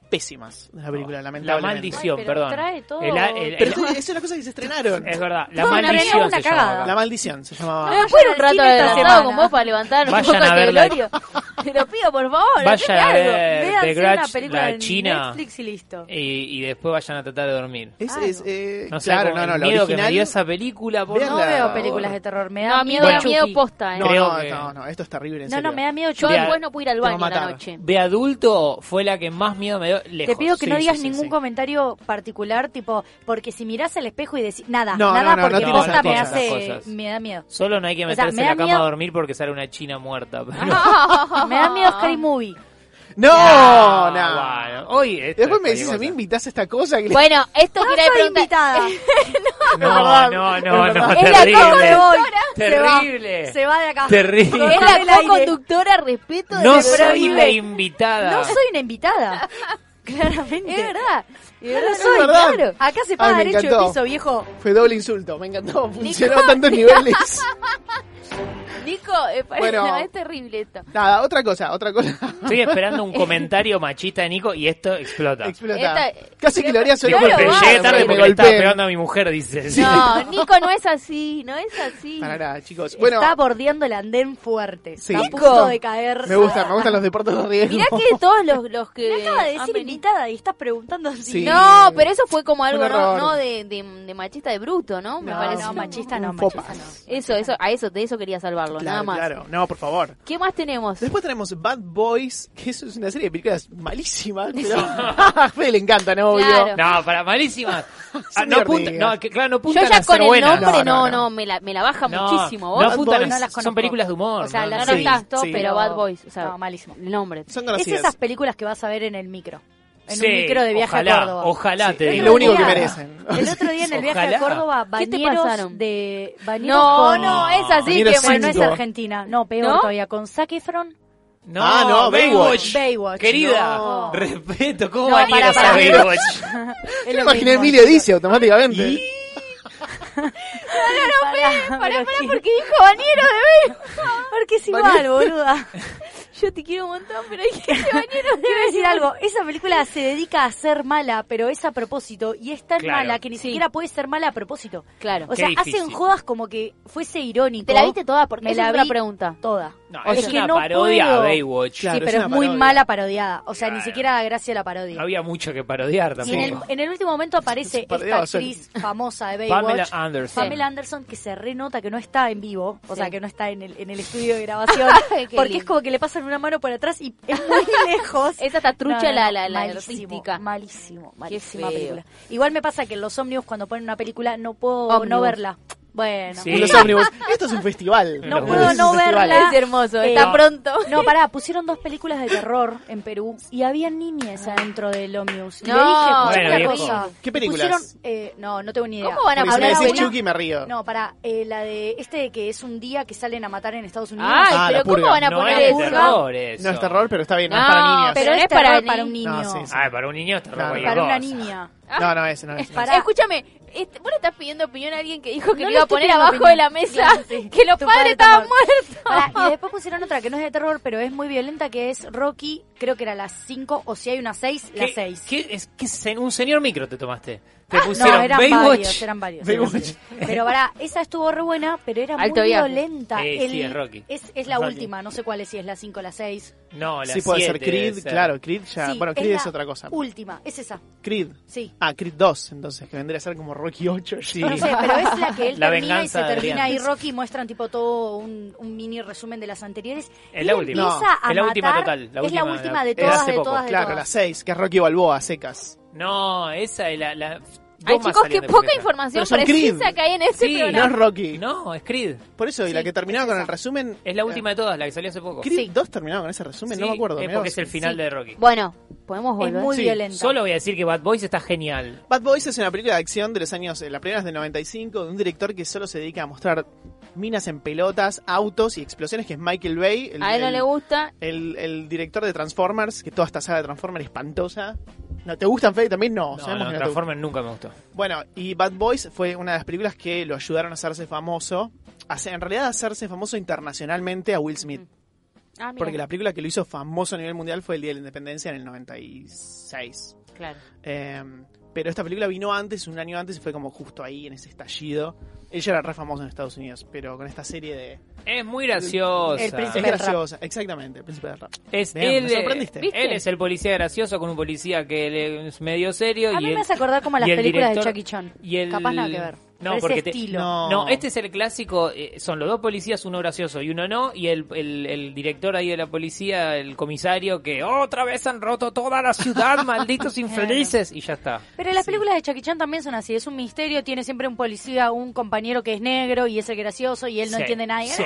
S6: pésimas de la película,
S5: Oh, La
S6: lamentablemente.
S5: maldición,
S4: Ay, pero
S5: perdón.
S4: trae todo.
S5: El a- el-
S6: Pero
S5: el-
S6: esto es una cosa que se estrenaron.
S5: es verdad, la
S4: No, en realidad
S5: maldición
S4: una
S5: se llama
S4: cagada.
S6: La
S5: acá.
S6: maldición se llamaba.
S3: Me fue un
S4: Vayan al
S3: rato
S4: cine esta
S3: adelantado
S4: semana.
S3: con vos para levantar un
S5: Vayan
S3: poco
S5: a
S3: el
S5: verla.
S3: velorio. Te lo pido, por favor.
S5: Vayan a
S3: hacete algo.
S5: ver eh, The
S4: Véanse una
S5: Grudge,
S4: película
S5: la
S4: en
S5: China, Eh,
S4: Netflix y listo.
S5: y, y después vayan a tratar de dormir.
S6: Es,
S4: Ah,
S6: es,
S4: no.
S6: eh,
S5: No sé,
S6: claro,
S5: como
S6: no, no,
S5: el
S6: la
S5: miedo que me
S6: original-
S5: dio esa película. por-
S6: Vean
S4: No
S6: la-
S4: veo películas de terror. Me da
S3: No, miedo,
S4: miedo,
S5: Bueno.
S3: miedo
S4: Chucky.
S3: posta, eh.
S6: No,
S5: Creo
S6: no,
S5: que-
S6: no, no, esto es terrible. En
S4: No,
S6: serio.
S4: no, me da miedo
S3: Yo
S4: Chucky.
S5: Vean-
S3: después no pude ir al
S6: Te va a
S3: baño a la
S6: matar.
S3: noche.
S5: De adulto fue la que más miedo me dio lejos.
S4: Te pido que no
S6: Sí,
S4: digas
S6: sí, sí,
S4: ningún
S6: sí.
S4: comentario particular, tipo, porque si mirás al espejo y decís nada,
S6: No,
S4: nada,
S6: no, no, no
S4: porque
S5: tiene
S4: posta
S5: esas
S4: me
S5: cosas,
S4: hace,
S5: esas cosas.
S4: me da miedo.
S5: Solo no hay que
S4: O sea,
S5: meterse
S4: me
S5: en
S4: da
S5: la cama
S4: miedo-
S5: a dormir porque sale una china muerta. Pero...
S4: Me da miedo Scary Movie.
S6: No,
S5: Ah,
S6: no.
S5: bueno, hoy esto
S6: Después
S5: es
S6: me decís,
S5: cualquier
S6: a mí
S5: cosa.
S6: invitás a esta cosa que le-
S3: Bueno, esto
S4: No
S3: quería
S4: soy
S3: preguntar.
S4: invitada.
S5: No, no, no, no,
S4: Es la
S5: terrible.
S4: co-conductora. Se va.
S5: Terrible.
S4: Se va de acá.
S5: Terrible.
S4: Cortame
S3: Es
S4: el
S3: la
S4: aire.
S3: co-conductora, respeto de
S5: No
S3: la
S5: soy
S3: prohíbe.
S5: la invitada.
S4: No soy una invitada. Claramente.
S3: Es verdad. Es
S4: No lo
S3: verdad.
S4: soy,
S6: verdad.
S4: claro. Acá se
S6: Ay,
S4: paga
S6: me
S4: derecho
S6: encantó.
S4: de piso, viejo.
S6: Fue doble insulto, me encantó. Funcionó
S3: Nico,
S6: a tantos niveles.
S3: Nico, eh, parece,
S6: Bueno.
S3: no, es terrible esto.
S6: Nada, otra cosa, otra cosa.
S5: Estoy esperando un comentario machista de Nico y esto explota.
S6: Explota.
S3: Esta-
S6: Casi que lo haría solo
S5: Disculpe,
S3: Claro, va,
S5: llegué tarde
S3: me
S5: porque le estaba pegando a mi mujer, dice.
S3: No, Nico no es así, no es así.
S6: Para nada, chicos. Bueno,
S4: Está bordeando el andén fuerte.
S6: Sí.
S4: Está a
S6: Nico.
S4: punto de caer.
S6: me gustan, me gustan los deportes de riesgo.
S3: Mirá que todos los, los que.
S4: Me acaba de
S3: han
S4: decir
S3: venido-
S4: invitada y estás preguntando si.
S6: Sí.
S3: No, pero eso fue como algo,
S6: Un
S3: ¿no?
S6: error.
S3: no de, de, de machista de bruto, ¿no? Me
S4: No,
S3: parece.
S4: no, machista no,
S6: Un
S4: machista no.
S6: popas.
S3: Eso, eso, a eso, de eso quería salvarlo, nada
S6: Claro,
S3: más.
S6: claro. No, por favor.
S3: ¿Qué más tenemos?
S6: Después tenemos Bad Boys, que eso es una serie de películas malísimas, pero a Fede le encanta, ¿no? Obvio.
S3: Claro.
S5: No, para malísimas. Ah,
S6: Son
S5: no apunta,
S6: divertidas.
S5: no, que- claro, no
S3: Yo
S5: apuntan
S3: ya
S5: a ser
S3: con el
S5: buenas.
S3: nombre, no,
S6: No,
S3: no,
S6: no, no.
S3: me, la, me la baja
S5: No,
S3: muchísimo.
S5: no
S3: Vos
S5: apuntan a-
S6: Bad Boys. No las
S5: son
S4: conozco.
S5: películas de humor.
S4: O sea,
S5: no,
S4: la
S5: no
S3: no
S5: sé.
S6: sí,
S3: las to-
S6: sí.
S3: pero Bad Boys, o sea,
S4: No, malísimo.
S3: el nombre.
S6: Son
S4: Es
S6: conocidas.
S4: esas películas que vas a ver en el micro. En
S5: Sí,
S4: un micro de viaje
S5: ojalá,
S4: a Córdoba.
S5: Ojalá te
S6: es
S5: digo.
S6: lo único que
S4: Ojalá.
S6: merecen.
S4: El otro día en el viaje
S5: Ojalá.
S4: a Córdoba,
S3: ¿Qué te
S4: bañeros
S3: pasaron?
S4: de bañeros
S3: No,
S4: con-
S3: no, es así
S6: Bañero
S3: que
S4: Bueno, no es
S6: cinco.
S4: Argentina. No, peor
S3: ¿No?
S4: todavía. Con Zac Efron.
S5: No,
S6: Ah, no, Baywatch.
S4: Baywatch.
S5: Querida,
S6: No.
S5: respeto, ¿cómo
S4: No,
S5: van a ir
S4: para,
S5: a
S4: para.
S5: Baywatch?
S6: Yo
S4: Es
S6: me
S4: lo
S6: imaginé a
S4: mismo.
S6: Emilio Dice automáticamente.
S4: Pará,
S3: Pará, pará,
S4: pero sí.
S3: porque dijo bañero de B.
S4: Porque es igual, boluda.
S3: Yo te quiero un montón, pero dijiste bañero de
S4: Quiero decir algo. Esa película se dedica a ser mala, pero es a propósito. Y es tan
S5: Claro.
S4: mala que ni
S3: Sí.
S4: siquiera puede ser mala a propósito.
S3: Claro.
S4: O sea,
S5: difícil.
S4: hacen jodas como que fuese irónico.
S3: ¿Te la viste toda? Porque
S4: Me
S3: esa
S4: la
S3: es otra
S4: vi
S3: pregunta.
S4: toda.
S5: No,
S4: O
S5: es,
S4: sea,
S5: una parodia
S4: puedo-
S5: a Baywatch.
S6: Claro,
S4: sí, pero
S6: es
S4: es,
S6: una
S4: muy
S6: parodia.
S4: mala parodiada. O sea, ni
S5: Claro.
S4: siquiera da gracia la parodia.
S5: Había mucho que parodiar
S4: Y en el,
S5: tampoco.
S4: en el último momento aparece
S6: parodiaba,
S4: esta
S6: o sea,
S4: actriz famosa de Baywatch.
S5: Pamela Anderson.
S4: Pamela Anderson que se renota que no está en vivo, o
S3: Sí.
S4: sea, que no está en el, en el estudio de grabación,
S3: Ay, qué
S4: porque es
S3: lindo.
S4: como que le pasan una mano por atrás y es muy lejos.
S3: Esa está trucha
S4: No, no,
S3: la,
S4: no,
S3: la, la
S4: malísimo,
S3: artística.
S4: Malísimo, malísima
S3: feo.
S4: película. Igual me pasa que en los ómnibus cuando ponen una película no puedo
S3: Ómnibus.
S4: no verla. Bueno.
S5: Sí.
S6: Y Los ómnibus. Esto es un festival.
S5: No
S6: Esto
S5: puedo
S6: es
S4: no
S6: un festival.
S4: verla.
S3: Es hermoso,
S4: Eh,
S3: está pronto.
S4: No, pará, pusieron dos películas de terror en Perú y había niñas adentro del ómnibus. Y
S3: Ah. No,
S4: le dije,
S5: Bueno,
S4: "Escuchame
S5: viejo.
S4: una cosa.
S6: ¿Qué películas?
S4: Pusieron, eh, no, no tengo ni idea.
S3: ¿Cómo van a
S6: Porque si me
S3: hablar
S6: decís
S3: buena?
S6: Chucky me río.
S4: No, para la de este de que es un día que salen a matar en Estados Unidos.
S3: Ay,
S6: Ah, la
S3: pero ¿cómo
S6: purga.
S3: van a
S5: no
S3: poner
S5: es
S3: eso?
S5: terror eso.
S6: No es terror, pero está bien, no, es para niñas.
S4: pero es
S3: para
S4: terror
S3: ni-
S4: para un niño.
S6: No, sí, sí.
S5: Ay, Ah, para un niño es terror.
S6: No,
S5: cualquier
S4: Para una
S5: cosa.
S4: niña.
S6: No, no, ese no es.
S4: Pará.
S3: Escúchame, este, vos le estás pidiendo opinión a alguien que dijo que
S4: No
S3: le
S4: le
S3: iba a
S4: estoy
S3: poner
S4: pidiendo
S3: abajo de la
S4: opinión.
S3: mesa
S4: Sí.
S3: que los
S4: Tu
S3: padres
S4: padre está
S3: estaban
S4: Pará, y
S3: muertos.
S4: después pusieron otra que no es de terror, pero es muy violenta, que es Rocky, creo que era las 5, o si hay una 6, la
S5: ¿Qué,
S4: 6.
S5: qué es, qué sen- un señor micro te tomaste? Te pusieron
S4: No, eran
S5: Baywatch.
S4: varios, eran varios.
S6: Baywatch.
S4: eran varios. Pero pará, esa estuvo re buena, pero era
S3: Alto
S4: muy
S3: viaje.
S4: violenta.
S5: Eh, sí, es Rocky.
S4: Es, es la
S5: Rocky.
S4: última, no sé cuál es, si es la 5 o la 6.
S5: No, la
S6: Sí, puede ser
S5: siete
S6: Creed,
S5: debe ser.
S6: claro, Creed ya.
S4: Sí,
S6: bueno, Creed es,
S4: la
S6: otra cosa.
S4: Última, es esa,
S6: Creed.
S4: sí.
S6: Ah, Creed 2, entonces, que vendría a ser como Rocky 8. Sí.
S4: No sé, pero es la que él termina
S5: La
S4: y
S5: venganza
S4: se
S5: de
S4: termina
S5: Adrián.
S4: y Rocky muestran tipo todo un, un mini resumen de las anteriores.
S5: Es
S4: Y
S5: la
S4: él
S5: última.
S4: Empieza
S5: No,
S4: a
S5: es la última
S4: matar.
S5: total, la
S4: es la
S5: última,
S4: última
S5: la-
S4: de
S5: la de
S4: todas,
S5: hace
S4: de
S5: poco.
S4: todas, de
S6: Claro, la
S4: todas.
S6: 6, que es Rocky Balboa, secas.
S5: No, esa es la... la dos
S3: Ay,
S5: más
S3: chicos, qué
S5: salieron de
S3: poca
S5: esa.
S3: información
S6: Pero son
S3: precisa
S6: Creed.
S3: que hay en este
S5: Sí,
S6: No es
S3: programa.
S6: Rocky.
S5: No, es Creed.
S6: Por eso, y la que terminaba con el resumen. eh,
S5: Es
S4: Eh.
S5: la última de todas, la que salió hace poco.
S6: Creed
S4: Sí.
S6: 2 terminaba con ese resumen,
S5: Sí,
S6: no me acuerdo.
S5: Es
S6: mirá
S5: porque
S6: vos.
S5: es el final
S4: Sí.
S5: de Rocky.
S3: Bueno, podemos
S4: Es
S3: volver.
S4: muy
S6: Sí,
S4: violenta.
S5: Solo voy a decir que Bad Boys está genial.
S6: Bad Boys es una película de acción de los años, eh, la primera es del 95, de un director que solo se dedica a mostrar minas en pelotas, autos y explosiones, que es Michael Bay. El,
S3: A él no
S6: el-
S3: le gusta.
S6: El, el director de Transformers, que toda esta saga de Transformers espantosa. No, ¿Te gustan, Fede? También no.
S5: No, no,
S6: sabemos que no te gustan.
S5: Transformers nunca me gustó.
S6: Bueno, y Bad Boys fue una de las películas que lo ayudaron a hacerse famoso. a ser- en realidad, a hacerse famoso internacionalmente a Will
S5: Mm,
S6: Smith.
S3: Ah, mira.
S6: Porque la película que lo hizo famoso a nivel mundial fue el Día de la Independencia en el 96.
S3: Claro.
S6: Eh, pero esta película vino antes, un año antes, y fue como justo ahí, en ese estallido. Ella era re famosa en Estados Unidos, pero con esta serie de...
S5: Es muy graciosa.
S4: El príncipe
S6: Es
S4: del rap.
S6: graciosa, exactamente, el príncipe del rap.
S5: Es
S6: Vean,
S5: él,
S6: me sorprendiste.
S5: eh, él es el policía gracioso con un policía que le- es medio serio.
S4: A
S5: y
S4: mí
S5: él-
S4: me hace acordar como a las
S5: y el
S4: películas
S5: director-
S4: de Jackie Chan.
S5: y el-
S4: Capaz nada que ver.
S5: No,
S4: Pero ese
S5: porque te-
S4: estilo.
S6: No.
S5: No, este es el clásico, eh, son los dos policías, uno gracioso y uno no, y el, el- el director ahí de la policía, el comisario, que otra vez han roto toda la ciudad, malditos infelices, y ya está.
S4: Pero las películas de Jackie Chan también son así, es un misterio, tiene siempre un policía, un compañero que es negro y es el gracioso y él no
S5: Sí,
S4: entiende nada. y-
S5: sí.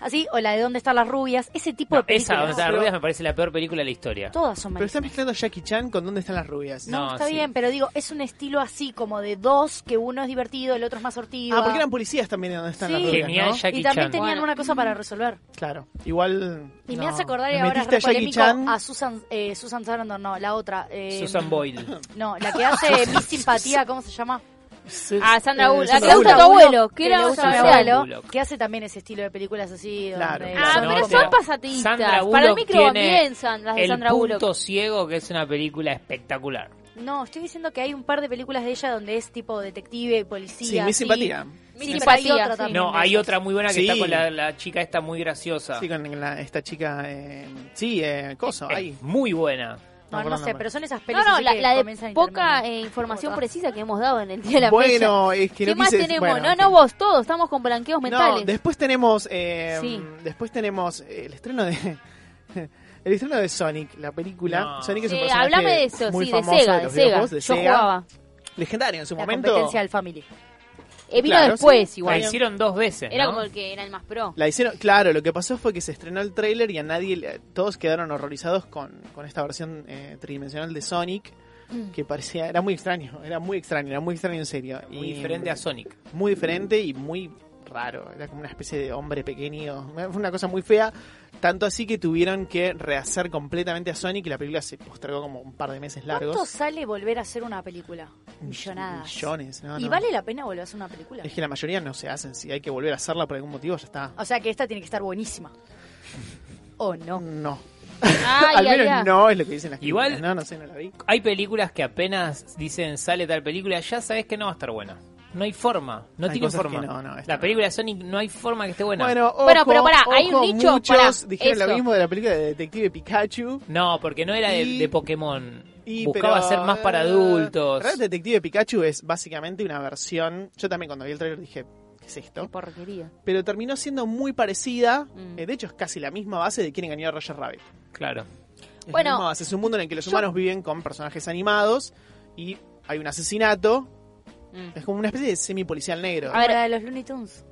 S4: Así, o la de dónde están las rubias, ese tipo
S5: No,
S4: de
S5: esa,
S4: películas.
S5: donde están las rubias, me parece la peor película de la historia.
S4: Todas son
S6: Pero está
S4: malísimas.
S6: mezclando Jackie Chan con Dónde están las rubias. Ah,
S4: No,
S5: No,
S4: está
S5: sí.
S4: bien, pero digo, es un estilo así como de dos, que uno es divertido sortido, el otro es más sortido.
S6: Ah, porque eran policías también donde están las
S4: Sí.
S6: rubias,
S5: Genial,
S6: ¿no?
S5: Jackie
S4: y también
S5: Chan. Mm.
S4: tenían
S3: Bueno.
S4: una cosa para resolver.
S6: Claro. Igual.
S4: Y me
S6: no.
S4: hace acordar, y
S6: Me
S4: ahora es
S6: metiste
S4: re
S6: a Jackie
S4: polémico,
S6: Chan.
S4: a Susan, eh, Susan Sarandon, no, la otra. eh,
S5: Susan
S3: Ah,
S5: Boyle.
S4: No, la que hace Miss Simpatía, ¿cómo se llama?
S6: Sí. Eh,
S3: Ah, Sandra Bullock. La
S6: Sandra
S3: que usa tu
S6: Bullock.
S3: abuelo. Que
S4: le
S3: era
S4: gusta a mi
S5: Sandra
S4: abuelo,
S5: Bullock.
S4: Que hace también ese estilo de películas así.
S6: Claro,
S4: donde
S3: Ah,
S4: son
S5: No,
S3: pero
S4: como-
S5: pero
S3: son pasadistas.
S5: Sandra
S3: Para el
S5: Bullock
S3: micro van
S5: tiene
S3: bien, San- las de
S5: El
S3: Sandra
S5: punto
S3: Bullock.
S5: ciego, que es una película espectacular.
S4: No, estoy diciendo que hay un par de películas de ella donde es tipo detective, policía.
S6: Sí, mi
S4: así.
S6: simpatía.
S4: Sí,
S3: Miss
S4: pero hay
S3: Simpatía,
S4: otra
S3: sí.
S4: también
S5: No,
S4: de
S5: hay
S4: ellas.
S5: otra muy buena que
S6: Sí.
S5: está con la, la chica esta muy graciosa.
S6: Sí, con la- esta chica. eh, sí, eh, Coso,
S5: Es
S6: ahí.
S5: muy buena.
S4: No,
S6: No,
S4: no
S6: no,
S4: sé,
S6: no.
S4: pero son esas
S3: No,
S4: películas
S3: no, la,
S4: que
S3: la
S4: comienzan
S3: de
S4: y
S3: poca
S4: terminan.
S3: eh, información
S4: Como todas.
S3: precisa que hemos dado en el día de la fecha.
S6: Bueno, es que
S3: ¿Qué
S6: no
S3: más
S6: quise-
S3: tenemos?
S6: bueno,
S3: no, no, vos, todos estamos con blanqueos
S6: No,
S3: mentales.
S6: después tenemos. eh,
S3: Sí.
S6: Después tenemos eh, el estreno de. El estreno de Sonic, la película.
S5: No.
S6: Sonic es un
S3: Sí,
S6: personaje
S3: hablame de eso,
S6: muy
S3: sí, de
S6: famoso
S3: Sega, de,
S6: los
S3: Sega.
S6: videojuegos, de
S3: Yo
S6: Sega.
S3: jugaba.
S6: Legendario en su
S4: La
S6: momento.
S4: competencia del Family.
S3: Eh, vino
S6: Claro,
S3: después
S6: sí.
S5: La
S3: igual.
S6: Está bien.
S5: hicieron dos veces.
S3: Era
S5: ¿no?
S3: como el que era el más pro.
S6: La hicieron, claro, lo que pasó fue que se estrenó el tráiler y a nadie, le- todos quedaron horrorizados con, con esta versión eh, tridimensional de Sonic,
S3: Mm.
S6: que parecía, era muy extraño, era muy extraño, era muy extraño en serio.
S5: Muy
S6: Y-
S5: diferente a Sonic.
S6: Muy diferente y muy raro, era como una especie de hombre pequeño, fue una cosa muy fea, tanto así que tuvieron que rehacer completamente a Sonic y la película se postergó como un par de meses largos.
S4: ¿Cuánto sale volver a hacer una película? Millonadas.
S6: Millones, no,
S4: ¿Y
S6: no.
S4: vale la pena volver a hacer una película?
S6: Es que la mayoría no se hacen, si hay que volver a hacerla por algún motivo ya está.
S3: Ah.
S4: O sea que esta tiene que estar buenísima. ¿O no?
S6: No.
S3: Ay,
S6: Al menos
S3: ay, ay.
S6: no es lo que dicen las
S5: Igual-
S6: críticas, No, no sé, no la vi.
S5: Hay películas que apenas dicen sale tal película, ya sabes que no va a estar buena. No hay forma, no
S6: Hay
S5: tiene
S6: cosas
S5: forma.
S6: que no, no, está
S5: la película de Sonic no hay forma que esté buena.
S6: Bueno, ojo,
S3: Bueno, pero pará, hay un
S6: ojo,
S3: nicho,
S6: Muchos
S3: pará,
S6: dijeron
S3: eso.
S6: lo mismo de la película de Detective Pikachu.
S5: no, porque no era de,
S6: Y-
S5: de Pokémon.
S6: Y,
S5: Buscaba
S6: pero,
S5: ser más para
S6: eh,
S5: adultos.
S6: Red Detective Pikachu es básicamente una versión. Yo también cuando vi el trailer dije, ¿qué es
S3: Qué
S6: esto?
S3: porquería.
S6: Pero terminó siendo muy parecida.
S3: Mm.
S6: eh, de hecho, es casi la misma base de Quién engañó a Roger Rabbit.
S5: Claro.
S6: Es la
S3: Bueno,
S6: misma base. es un mundo en el que los
S3: yo-
S6: humanos viven con personajes animados y hay un asesinato.
S3: Mm.
S6: Es como una especie de semi policial negro.
S3: A ver.
S4: la de los Looney Tunes.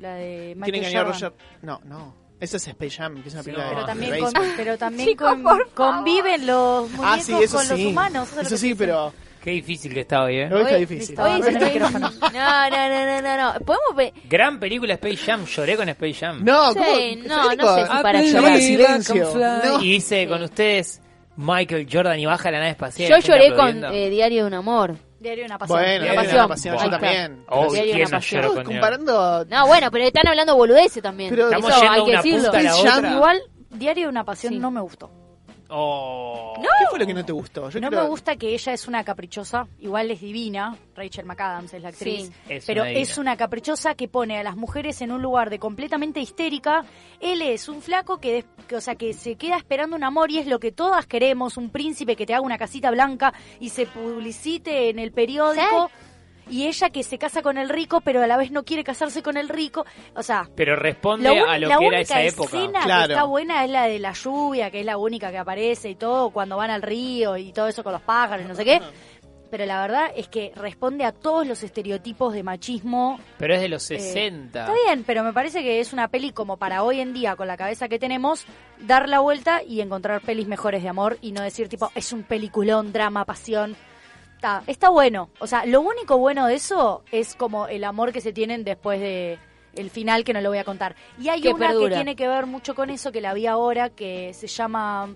S4: La de
S6: ¿Quién
S4: Michael
S6: engañó a
S4: Jordan.
S6: Roger? No, no. Esa es Space Jam, que es una
S5: Sí,
S6: película
S5: no.
S6: de-
S4: Pero
S5: Ah,
S4: también,
S6: de
S4: con-
S6: béisbol.
S4: pero también
S3: Chicos,
S4: con-
S3: por favor.
S4: conviven los muñecos
S6: Ah, sí, eso
S4: con
S6: sí.
S4: los humanos. es lo
S6: Eso
S4: que
S6: sí,
S4: estoy diciendo.
S6: pero
S5: Qué difícil que está hoy, ¿eh?
S6: lo está
S3: Oye,
S6: difícil.
S4: listo. Ah,
S3: Oye,
S4: con el
S3: se-
S4: micrófono.
S3: No, no, no, no, no, no. Podemos ver.
S5: Gran película Space Jam, lloré con Space Jam.
S6: No,
S3: Sí,
S6: ¿cómo?
S3: no,
S6: Federico,
S3: no sé si para
S6: Federico,
S3: llorar.
S6: silencio. No.
S5: Y dice
S3: Sí.
S5: con ustedes Michael Jordan y baja la nave espacial.
S3: Yo
S5: Gente
S3: lloré con
S5: aplaudiendo.
S3: eh, Diario de un Amor.
S4: Diario de una pasión.
S6: Bueno,
S5: Una
S6: era
S5: pasión.
S6: una pasión,
S5: Ahí
S6: yo
S5: está.
S6: también.
S5: Oh,
S3: Diario de
S5: ¿quién
S3: una
S5: no
S3: pasión.
S5: lloró
S6: Estamos
S5: con Diario?
S6: comparando
S3: No, bueno, pero están hablando boludeces también.
S6: Pero
S5: Estamos
S3: Eso
S5: yendo
S3: hay que
S5: una
S3: decirlo.
S5: punta a la
S6: Space Jam
S5: otra.
S4: Igual, Diario de una pasión
S3: Sí.
S4: no me gustó.
S5: Oh.
S6: ¿Qué fue lo que no te gustó? Yo
S4: no
S6: creo-
S4: me gusta que ella es una caprichosa, igual es divina, Rachel McAdams es la actriz,
S3: Sí.
S5: Es
S4: pero
S5: una divina.
S4: es una caprichosa que pone a las mujeres en un lugar de completamente histérica. Él es un flaco que, des- que, o sea, que se queda esperando un amor y es lo que todas queremos, un príncipe que te haga una casita blanca y se publicite en el periódico. Y ella que se casa con el rico, pero a la vez no quiere casarse con el rico. O sea,
S5: Pero responde
S4: un-
S5: a lo
S4: la
S5: que era
S4: única
S5: esa época.
S4: escena que
S6: Claro.
S4: está buena es la de la lluvia, que es la única que aparece y todo, cuando van al río y todo eso con los pájaros, no sé qué. Pero la verdad es que responde a todos los estereotipos de machismo.
S5: Pero es de los
S4: eh,
S5: 60.
S4: está bien, pero me parece que es una peli como para hoy en día, con la cabeza que tenemos, dar la vuelta y encontrar pelis mejores de amor y no decir tipo, es un peliculón, drama, pasión. Está, está bueno. O sea, lo único bueno de eso es como el amor que se tienen después de el final que no lo voy a contar. Y hay
S3: Que
S4: una que
S3: perdura.
S4: tiene que ver mucho con eso que la vi ahora que se llama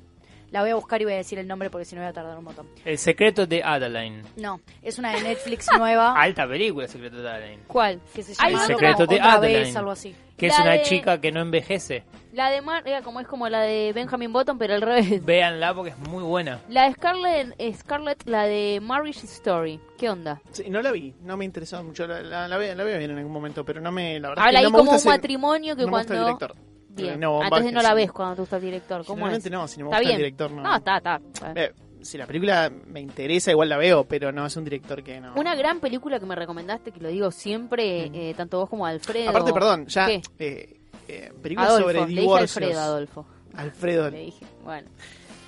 S4: la voy a buscar y voy a decir el nombre porque si no voy a tardar un montón.
S5: El secreto de Adeline.
S4: No, es una de Netflix nueva
S5: Alta película, El secreto de Adeline.
S3: ¿Cuál?
S4: que se
S3: Hay
S4: llama
S5: El secreto de
S4: Ah. otra
S5: Adeline.
S4: vez, algo así.
S5: Que
S3: La
S5: es una
S3: de-
S5: chica que no envejece.
S3: La de Mar, era como es como la de Benjamin Button, pero al revés.
S5: Véanla porque es muy buena.
S3: La de Scarlett, eh, Scarlett, la de Marriage Story. ¿Qué onda?
S6: Sí, no la vi, no me interesó mucho. La, la- la ve- la veo bien en algún momento, pero no me. La verdad es
S3: Habla ahí
S6: que no me
S3: como
S6: gusta
S3: un
S6: ese-
S3: matrimonio que
S6: no me gusta
S3: cuando.
S6: el director.
S3: Bien.
S6: No, Von
S3: Ah,
S6: Wagner,
S3: entonces no la
S6: sí.
S3: ves cuando te gusta el director. ¿Cómo es?
S6: Generalmente no, si no me
S3: Está
S6: gusta
S3: bien.
S6: el director, no.
S3: No, está, está. está.
S6: Eh, si la película me interesa, igual la veo, pero no es un director que no.
S3: Una gran película que me recomendaste, que lo digo siempre, eh, tanto vos como Alfredo.
S6: Mm. Aparte, perdón, ya.
S3: ¿Qué?
S6: Eh, eh, películas
S3: Adolfo,
S6: sobre
S3: le dije
S6: divorcios.
S3: Alfredo, Adolfo.
S6: Alfredo,
S3: Le dije, bueno,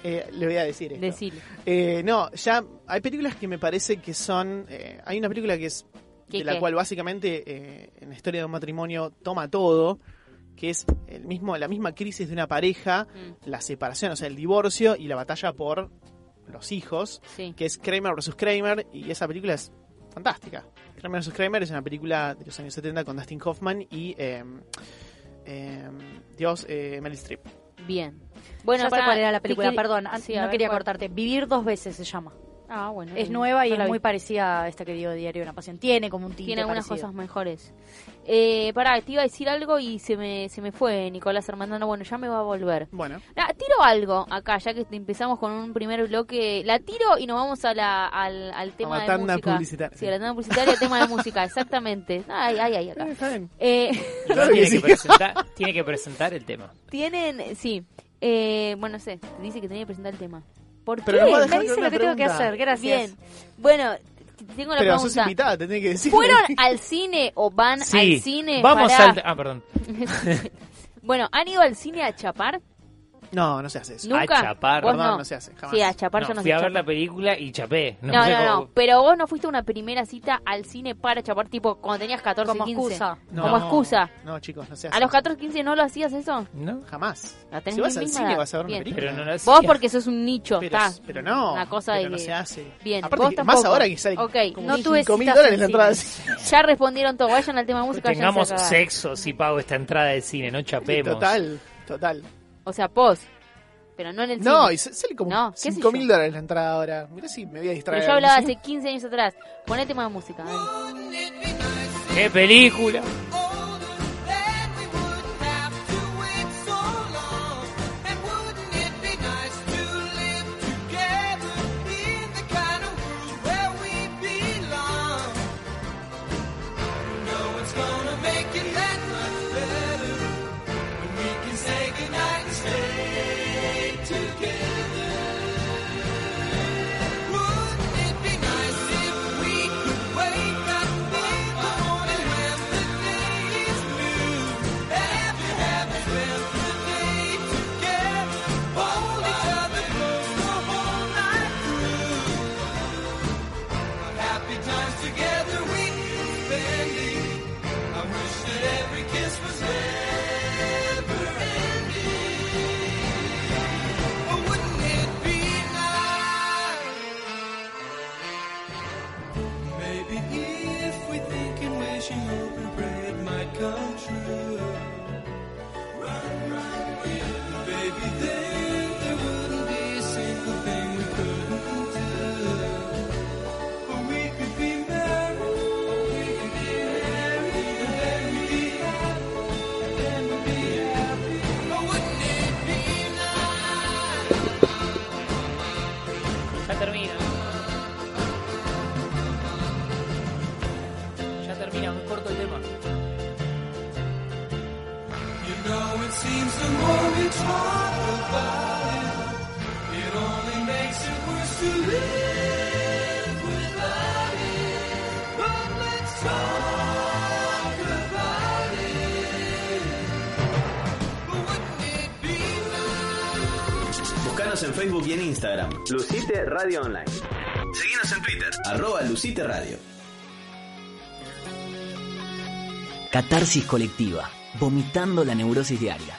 S6: eh, le voy a decir esto.
S3: decile.
S6: Eh, no, ya hay películas que me parece que son. eh, hay una película que es.
S3: ¿Qué,
S6: de la
S3: qué?
S6: cual básicamente eh, en la historia de un matrimonio toma todo, que es el mismo la misma crisis de una pareja,
S3: Mm.
S6: la separación, o sea, el divorcio y la batalla por los hijos,
S3: Sí.
S6: que es Kramer versus Kramer, y esa película es fantástica. Kramer vs. Kramer es una película de los años 70 con Dustin Hoffman y eh, eh, Dios, eh, Meryl Streep.
S3: Bien. Bueno,
S4: ya sé
S3: para,
S4: cuál era la película, perdón, an-
S3: Sí, a
S4: no
S3: ver
S4: quería
S3: cuál.
S4: cortarte. Vivir dos veces se llama.
S3: Ah, bueno.
S4: Es
S3: eh,
S4: nueva y
S3: no la
S4: es
S3: vi.
S4: muy parecida a esta que dio Diario de una Pasión. Tiene como un tinte
S3: Tiene algunas
S4: parecido.
S3: cosas mejores. Eh, pará, te iba a decir algo y se me, se me fue, Nicolás Armandano. Bueno, ya me va a volver.
S6: Bueno,
S3: Ah, tiro algo acá, ya que empezamos con un primer bloque. La tiro y nos vamos a la, al, al tema
S6: la
S3: de
S6: tanda
S3: música.
S6: publicitaria.
S3: Sí, a la tanda publicitaria, tema de música, exactamente. Ay, ay, ay, acá.
S6: eh, está bien.
S3: Eh,
S6: Claro que
S5: tiene,
S6: sí.
S5: que presentar, tiene que presentar el tema.
S3: tienen, sí, eh, bueno, no sé, dice que tenía que presentar el tema. ¿Por
S6: Pero
S3: qué?
S6: nos va a dejar
S4: Me dice
S6: con
S4: lo
S6: una
S4: que tengo que
S6: pregunta.
S4: hacer, gracias.
S3: Bien. Bueno, tengo la
S6: Pero sos
S3: pregunta.
S6: invitada, te tenés que decir.
S3: ¿Fueron al cine o van al cine?
S5: Vamos
S3: Pará.
S5: al. Ah, perdón.
S3: bueno, ¿han ido al cine a chapar?
S6: No, no se hace eso.
S3: ¿Nunca?
S5: A chapar.
S3: ¿Vos
S6: Perdón,
S3: no?
S6: no se hace, jamás.
S3: Sí, a chapar
S5: No,
S3: yo no
S5: fui
S3: sé
S5: a ver
S3: chapar.
S5: la película y chapé. No,
S3: No,
S5: sé
S3: no, no,
S5: cómo-
S3: Pero vos no fuiste a una primera cita al cine para chapar, tipo, cuando tenías 14,
S4: Como
S3: 15.
S4: excusa.
S6: Ah, No.
S3: Como excusa.
S6: No, chicos, no se hace.
S3: ¿A los 14, 15 no lo hacías eso?
S5: ¿No?
S6: Jamás.
S3: La tenés
S6: Si vas
S3: bien
S6: al
S3: misma
S6: cine
S3: edad.
S6: vas a ver una
S3: Bien.
S6: película.
S5: Pero no lo
S3: Vos
S5: hacía.
S3: porque sos un nicho,
S6: Pero,
S3: está.
S6: pero no.
S3: Una cosa
S6: pero
S3: de
S6: no
S3: que-
S6: se hace.
S3: Bien,
S6: Aparte,
S3: vos
S6: que-
S3: tampoco.
S6: más ahora que sale
S3: Ok,
S6: como
S3: no
S4: tuve
S6: 5 mil
S4: citas
S6: dólares
S4: en
S6: la entrada.
S4: cines.
S3: Ya respondieron todo. Vayan al tema música. vayan
S5: Tengamos
S3: a esa cagada.
S5: sexo si pago esta entrada de cine, no chapemos.
S6: Total, total.
S3: O sea, pos. Pero no en el
S6: No,
S3: cine.
S6: y sa- sale como
S3: No, qué sé
S6: 5
S3: yo.
S6: mil dólares la entrada ahora. Mirá si me voy a distraer.
S3: Pero yo hablaba
S6: No
S3: hace
S6: sé.
S3: 15 años atrás. Poné tema de música. dale.
S5: ¡Qué película!
S2: Maybe if we think and wish and hope and pray it might come true. Run, run, run. Baby, then there wouldn't be a single thing we couldn't do. But we could be married. We could be married. And then we'd be happy. And then we'd be happy. Oh, wouldn't it be
S5: Ya termina. Ya termina, un corto el tema.
S2: You know it seems the more we talk about it, it only makes it worse to live without it. But let's talk about it. But wouldn't it be
S1: Buscanos en Facebook y en Instagram. Lucite Radio Online. Seguinos en Twitter. Arroba Lucite Radio.
S8: Catarsis colectiva, vomitando la neurosis diaria.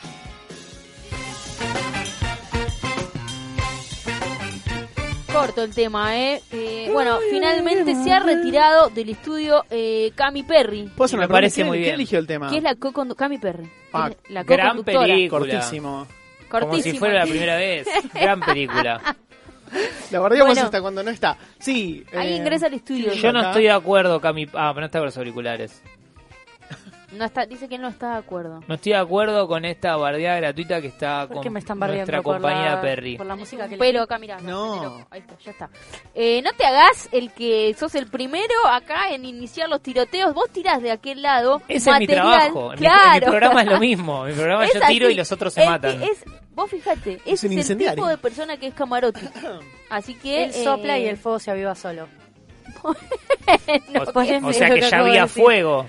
S3: Corto el tema, ¿eh? Eh, bueno, finalmente se ha retirado del estudio eh, Cami Perry,
S6: ¿Puedo hacer
S5: Me
S6: una pregunta?
S5: parece
S6: ¿Quién-
S5: muy
S6: ¿Quién
S5: bien.
S6: eligió el tema?
S3: que es la co-condu- Cami Perry,
S6: Ah,
S3: que es la
S5: gran
S3: co-conductora.
S5: película.
S6: Cortísimo.
S5: Como si
S3: Cortísimo.
S5: fuera la primera vez. Gran película.
S6: La guardamos
S3: Bueno.
S6: hasta cuando no está. Sí.
S3: Ahí
S6: eh,
S3: ingresa al estudio.
S5: Yo no
S6: Acá.
S5: estoy de acuerdo, Cami. Ah, pero no está con los auriculares.
S3: No está, dice que él no está de acuerdo.
S5: No estoy de acuerdo con esta bardeada gratuita que está
S4: ¿Por qué
S5: con
S4: me están
S5: nuestra
S4: bardeando por
S5: compañera
S4: la,
S5: Perry.
S4: por la música que le-
S3: Pero acá, mirá.
S6: No.
S3: pero- Ahí está, ya está. Eh, no te hagas el que sos el primero acá en iniciar los tiroteos. Vos tirás de aquel lado.
S5: Ese
S3: material.
S5: es mi trabajo. En mi- en
S3: Claro.
S5: Mi, programa es lo mismo. En Mi programa
S3: Es
S5: yo tiro
S3: así.
S5: y los otros se
S3: El que
S5: matan.
S3: es- vos fijate, ese es,
S6: un
S3: el
S6: incendiario.
S3: tipo de persona que es camarote. Así que.
S4: Él sopla
S3: eh,
S4: y el fuego se aviva solo.
S3: no,
S5: O-
S3: que-
S5: o, sea
S4: lo
S5: que
S4: que
S5: ya
S4: acabo de
S5: había
S4: decir.
S5: fuego.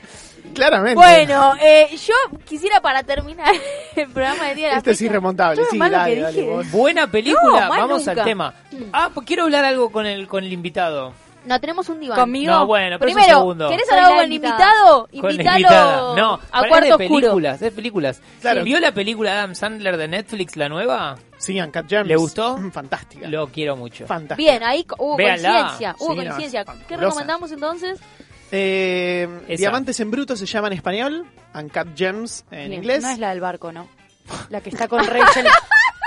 S6: Claramente.
S3: Bueno, eh, yo quisiera para terminar el programa del día de la
S6: Este es
S3: fecha.
S6: irremontable.
S4: Yo
S6: Sí,
S4: nomás lo
S6: dale,
S4: que
S6: dale.
S4: dije.
S6: vos.
S5: Buena película.
S3: No, más
S5: Vamos
S3: nunca.
S5: al tema. Ah, pues quiero hablar algo con el, con el invitado.
S3: No, tenemos un diván.
S4: Conmigo.
S5: No, bueno, pero es un
S3: Primero,
S5: segundo.
S3: ¿querés
S4: Soy
S3: hablar
S4: la
S3: con el
S4: invitada.
S3: invitado?
S5: Con la
S3: Invítalo
S5: invitada. No,
S3: a
S5: pará,
S3: cuarto
S5: de
S3: oscuro.
S5: películas, de películas.
S6: Claro.
S5: ¿Vio la película de Adam Sandler de Netflix, la nueva?
S6: Sí, Uncut Gems.
S5: ¿Le gustó?
S6: Mm, Fantástica.
S5: Lo quiero mucho.
S6: Fantástica.
S3: Bien, ahí co- hubo
S5: Véanla.
S3: coincidencia. Hubo
S6: Sí, no, es
S3: coincidencia. ¿Qué
S6: fabulosa.
S3: recomendamos entonces?
S6: Eh,
S5: Esa.
S6: Diamantes en bruto se llama en español, Uncut Gems en
S4: Bien,
S6: inglés.
S4: No es la del barco, no. La que está con Rachel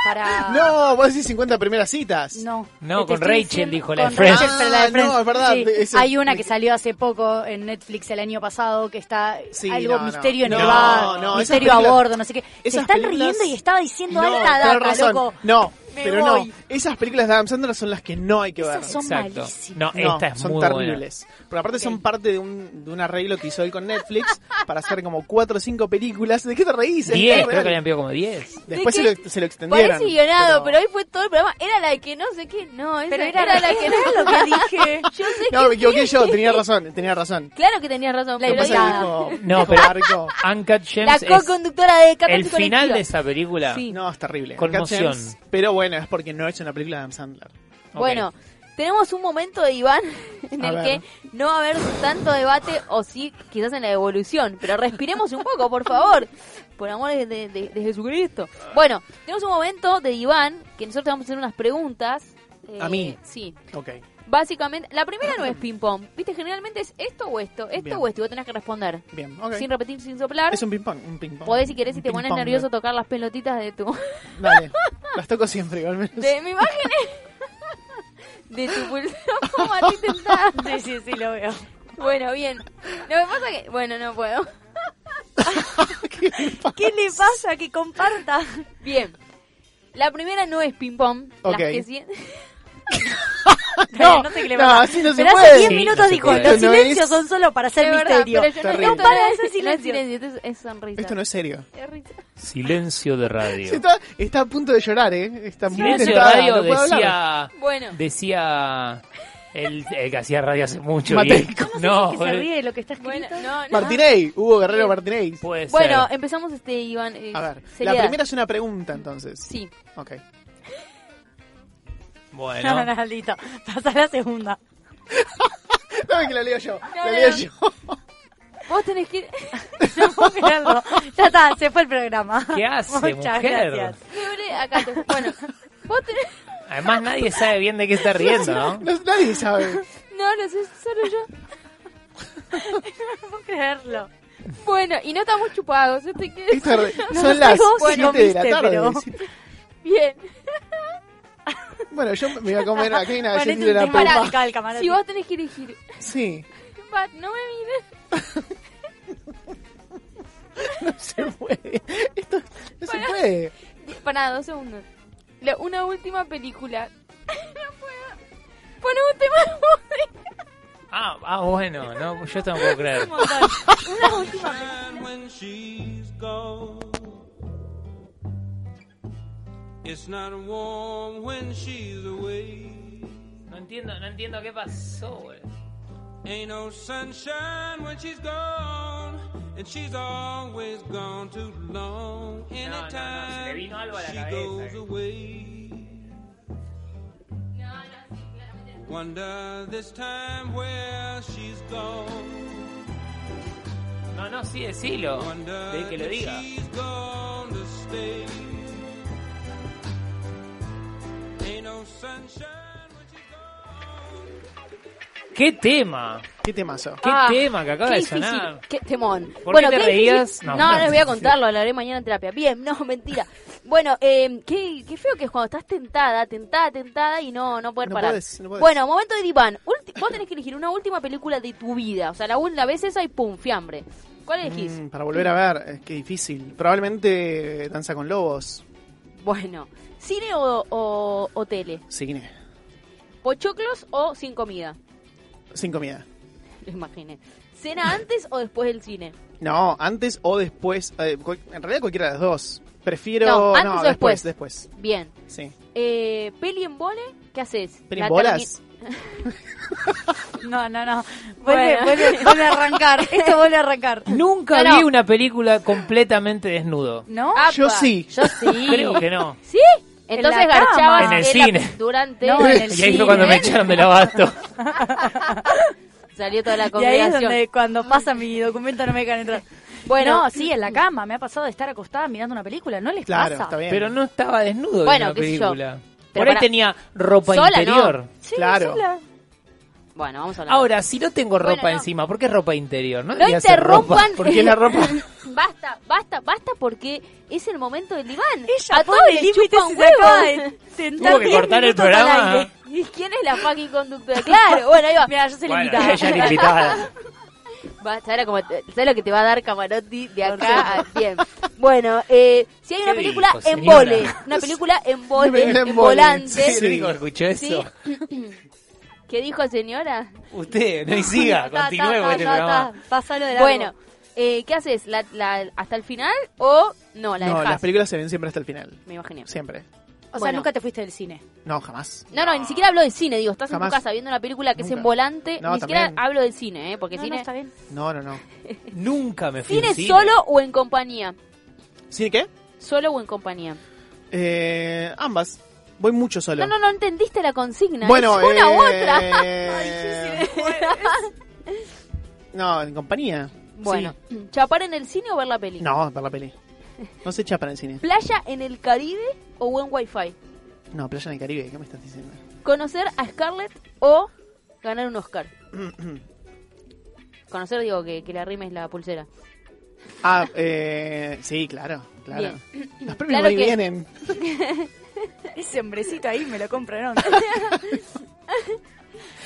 S4: para...
S6: No, vos decís 50 primeras citas.
S4: No,
S5: No,
S4: Te
S5: con
S4: estoy
S5: Rachel,
S4: diciendo-
S5: dijo la de
S4: con
S5: Friends.
S4: Rachel, pero la de
S6: Ah,
S4: Friends.
S6: no, es verdad,
S4: Sí.
S6: ese-
S4: Hay una que salió hace poco en Netflix el año pasado que está
S6: Sí,
S4: algo
S6: no, no.
S4: misterio en
S6: No,
S4: el bar,
S6: no, esas
S4: misterio a
S6: películas-
S4: bordo, no sé qué. Se
S6: esas
S4: están
S6: películas-
S4: riendo y estaba diciendo
S6: No,
S4: alta
S6: tenés
S4: data,
S6: razón.
S4: loco.
S6: No,
S4: Me
S6: pero
S4: voy.
S6: no. Esas películas de Adam Sandler son las que no hay que ver.
S4: Esas son
S5: Exacto.
S4: malísimas.
S5: No,
S6: No,
S5: esta es
S6: son
S5: muy
S6: terribles. Pero aparte son parte de un, de un arreglo que hizo él con Netflix para hacer como 4 o 5 películas. ¿De qué te reís? Es
S5: 10,
S6: real.
S5: creo que le han pedido como 10.
S6: Después se
S3: ¿De
S6: lo, se lo extendieron.
S3: Parece guionado, pero... hoy fue todo el programa. Era la que no sé qué. No, esa
S4: Pero
S3: era,
S4: era
S3: la que no.
S4: lo que dije.
S3: Yo sé
S6: No,
S3: que
S6: me equivoqué yo, tenía razón, tenía razón.
S3: Claro que tenías razón.
S4: La
S6: Lo que
S3: pero
S4: Pero
S6: pasa es que
S3: la,
S4: invitada.
S6: dijo,
S5: No,
S6: dijo
S5: pero-
S6: Marco,
S5: Uncut
S3: la
S5: Gems es
S3: co-conductora de Catarsis
S5: el final
S3: Colectiva.
S5: de esa película.
S3: Sí.
S6: Ah, No, es terrible.
S5: Conmoción.
S6: Uncut Gems, Pero bueno, es porque no he hecho una película de Adam Sandler.
S5: Ok.
S3: Bueno, tenemos un momento de Iván en
S6: A
S3: el
S6: ver.
S3: que no va a haber tanto debate o sí, quizás en la evolución, pero respiremos un poco, por favor, por amor de, de- de- de Jesucristo. Bueno, tenemos un momento de Iván que nosotros te vamos a hacer unas preguntas. eh,
S6: ¿A mí?
S3: Sí.
S6: Ok.
S3: Básicamente, la primera no es ping-pong, ¿viste? Generalmente es esto o esto, esto
S6: Bien.
S3: o esto, y vos tenés que responder.
S6: Bien, ok.
S3: Sin repetir, sin soplar.
S6: Es un ping-pong, un ping-pong.
S3: Podés, si querés, si
S6: Un
S3: te pones
S6: ping-pong,
S3: nervioso, tocar las pelotitas de tu...
S6: eh. Dale, las toco siempre igual. menos.
S3: de mi imagen de tu pulsera como a ti te está.
S4: Sí, sí, sí, lo veo.
S3: Bueno, bien. Lo que pasa que... Bueno, no puedo.
S6: ¿Qué pasa?
S4: ¿Qué le pasa? Que comparta.
S3: Bien. La primera no es ping-pong.
S6: Ok.
S3: Las que sí-
S6: No,
S4: no sé qué le
S6: no,
S4: pasa.
S6: así no se
S4: Pero hace 10
S5: Sí,
S6: puede.
S4: minutos
S5: no se
S4: dijo,
S5: puede.
S4: los
S6: Esto no
S4: silencios
S6: es-
S4: son solo para hacer
S3: Es verdad,
S4: misterio.
S3: pero yo no-
S6: Terrible.
S3: no, para,
S4: Ese
S3: no es
S4: silencio.
S3: silencio, esto es, es sonrisa.
S6: Esto no es serio.
S3: Es risa.
S5: Silencio de
S6: Se
S5: radio.
S6: Está, está a punto de llorar, ¿eh? Está muy
S5: Silencio de
S6: tentada,
S5: radio
S6: no puede hablar.
S5: decía.
S3: Bueno,
S5: Decía. El, el que hacía radio hace mucho.
S6: Matei.
S5: bien.
S4: No,
S5: No,
S4: sé si es que se ríe de lo que está escrito.
S3: bueno, no, no.
S6: Martinez, Hugo Guerrero Martinez.
S5: puede ser.
S3: Bueno, empezamos este, Iván. eh,
S6: A ver,
S3: seriedad.
S6: la primera es una pregunta entonces.
S3: Sí.
S6: Ok.
S5: Bueno.
S4: No, no, listo. Pasa la segunda.
S6: Dame que la leo yo.
S3: No,
S6: La leo
S3: no.
S6: yo.
S3: Vos tenés que ir...
S4: No puedo creerlo. Ya está, se fue el programa.
S5: ¿Qué hace,
S4: Muchas
S5: mujer?
S4: gracias.
S3: Libre, acá te... Bueno, vos tenés...
S5: Además, nadie sabe bien de qué está riendo, ¿no?
S6: No, nadie sabe.
S3: No, no sé, solo yo.
S4: No puedo
S3: Ah,
S4: creerlo.
S3: Bueno, y no estamos chupados. Este que...
S6: Es tarde.
S4: No
S6: Son
S4: sé
S6: las
S4: vos si
S6: 7 de la
S4: comiste,
S6: tarde.
S4: pero-
S6: Sí.
S3: Bien.
S6: Bueno, yo me voy a comer acá hay una
S4: Ponete
S6: galletita de
S4: este un
S6: la
S4: tema
S3: Pará,
S6: pulpa.
S4: musical, camarote.
S3: Si vos tenés que elegir.
S6: Sí.
S3: Pat, no me mires.
S6: No se puede. Esto no se puede.
S3: Pará, dos segundos. La- una última película. No puedo. Pone un tema de música.
S5: Ah, ah, bueno, no, yo tampoco puedo creer.
S4: Una última pregunta.
S2: And when she's gone, it's not warm when she's away.
S5: No entiendo, no entiendo qué pasó, boludo.
S2: Ain't no sunshine when she's gone, and she's always gone too long.
S5: no, no, se le
S2: Anytime
S5: vino algo a la
S2: she
S5: cabeza. eh.
S2: goes away, wonder this time where she's gone.
S5: No, no, sí, decilo. De que lo diga.
S2: She's gonna stay. Ain't no sunshine when she's gone.
S5: ¿Qué tema?
S6: ¿Qué temazo?
S5: ¿Qué
S3: Ah,
S5: tema que acaba
S3: qué
S5: de
S3: difícil,
S5: sonar?
S3: Qué temón.
S5: qué
S3: bueno,
S5: te
S3: qué difícil-
S5: reías?
S3: No,
S5: No.
S3: no les voy a contarlo, lo haré mañana en terapia. Bien, no, mentira. Bueno, eh, qué, qué feo que es cuando estás tentada, tentada, tentada y no, no poder
S6: No
S3: parar.
S6: podés, no podés.
S3: Bueno, momento de diván. Ulti- vos tenés que elegir una última película de tu vida. O sea, la, un- la ves esa y pum, fiambre. ¿Cuál elegís?
S6: Mm, para volver a ver, es que difícil. Probablemente eh, Danza con Lobos,
S3: Bueno, ¿cine o, o, o tele?
S6: cine,
S3: ¿Pochoclos o sin comida?
S6: sin comida.
S3: Lo imaginé. ¿Cena antes o después del cine?
S6: No, antes o después. eh, cual- en realidad cualquiera de las dos. Prefiero.
S3: No, antes o
S6: después, después.
S3: Bien.
S6: Sí.
S3: Eh, ¿Peli en vole? ¿Qué haces?
S6: ¿Peli
S3: La
S6: en bolas?
S4: No, no, no. Vuelve,
S3: Bueno.
S4: vuelve, vuelve a arrancar. Esto vuelve a arrancar.
S5: Nunca
S3: No, no.
S5: vi una película completamente desnudo.
S4: ¿No?
S3: Ah,
S6: Yo
S3: Apa.
S6: sí.
S4: Yo sí.
S5: Creo que no.
S3: ¿Sí? Entonces
S4: la cama.
S3: garchabas
S5: En el
S3: la-
S5: cine.
S3: durante...
S4: No, en el
S5: Y ahí
S4: cine.
S5: fue cuando me echaron del abasto.
S3: Salió toda la
S4: Y ahí es
S3: congregación.
S4: donde cuando pasa mi documento no me dejan entrar.
S3: Bueno,
S4: no, sí, en la cama. Me ha pasado de estar acostada mirando una película. No les
S6: Claro,
S4: pasa.
S6: está bien.
S5: Pero no estaba desnudo
S3: Bueno,
S5: en la
S3: qué sé yo.
S5: película.
S3: Pero
S5: Por ahí
S3: para-
S5: tenía ropa
S3: Sola,
S5: interior.
S3: ¿no?
S4: Sí,
S6: Claro.
S4: sola.
S3: Bueno, vamos a hablar.
S5: Ahora, si no tengo ropa
S3: Bueno, no.
S5: encima, ¿por qué ropa interior? No,
S3: no
S5: debería ser ropa,
S3: interrumpan.
S6: ¿Por qué la ropa?
S3: basta, basta, basta porque es el momento del diván.
S4: Ella
S3: a todos
S4: pone
S3: les
S4: límites
S3: chupa
S4: y
S3: un
S4: se acaba
S3: huevo.
S4: de sentar
S5: Tuvo que
S4: 10
S5: cortar el
S4: minutos al
S5: programa.
S4: aire.
S3: ¿Y quién es la fucking conductora? Claro, bueno, ahí va.
S4: Mira, yo se la
S5: Bueno,
S4: invitaba.
S5: ella era invitada.
S3: Basta, ahora como te- ¿sabes lo que te va a dar Camarotti de acá a 100? Bueno, eh, si hay una
S5: ¿Qué
S3: película
S5: dijo,
S3: en
S5: señora?
S3: vole, una película en
S6: Una
S3: vole,
S6: película en
S3: en
S6: vole,
S3: volante,
S5: Sí, digo, escuchó
S3: ¿sí?
S5: eso.
S3: ¿Qué dijo señora?
S5: Usted, no y siga,
S4: Ta, ta,
S5: continúe con
S4: ta,
S5: este
S4: ta, ta.
S5: programa.
S4: Pasalo de largo.
S3: Bueno, eh, ¿qué haces? ¿La, la, ¿Hasta el final o no? La
S6: no,
S3: dejás.
S6: las películas se ven siempre hasta el final.
S3: Me imaginé.
S6: Siempre.
S4: o sea,
S3: bueno.
S4: nunca te fuiste del cine.
S6: No, jamás.
S3: No, no, ni siquiera hablo de cine, digo, estás en
S6: Jamás.
S3: tu casa viendo una película que es en
S6: Nunca.
S3: volante,
S6: No,
S3: ni siquiera
S6: también.
S3: hablo del cine, ¿eh? Porque
S4: No, no,
S3: cine,
S4: está bien.
S6: No, no, no.
S5: Nunca me fui.
S3: cine
S5: al cine.
S3: solo o en compañía,
S6: ¿Sí qué?
S3: solo o en compañía.
S6: Eh, ambas. Voy mucho solo.
S3: No, no, no entendiste la consigna,
S6: Bueno,
S3: es una u
S6: eh,
S3: otra.
S6: no, en compañía.
S3: Bueno, ¿chapar en el cine o ver la peli?
S6: Sí. No, para la peli. No se chapa en el cine.
S3: ¿Playa en el Caribe o buen wifi?
S6: No, playa en el Caribe, ¿qué me estás diciendo?
S3: ¿Conocer a Scarlett o ganar un Oscar? Conocer, digo, que, que le arrimes la pulsera.
S6: Ah, eh, sí, claro, claro. Los premios
S3: Claro
S6: hoy
S3: que-
S6: vienen.
S4: Ese hombrecito ahí me lo compraron.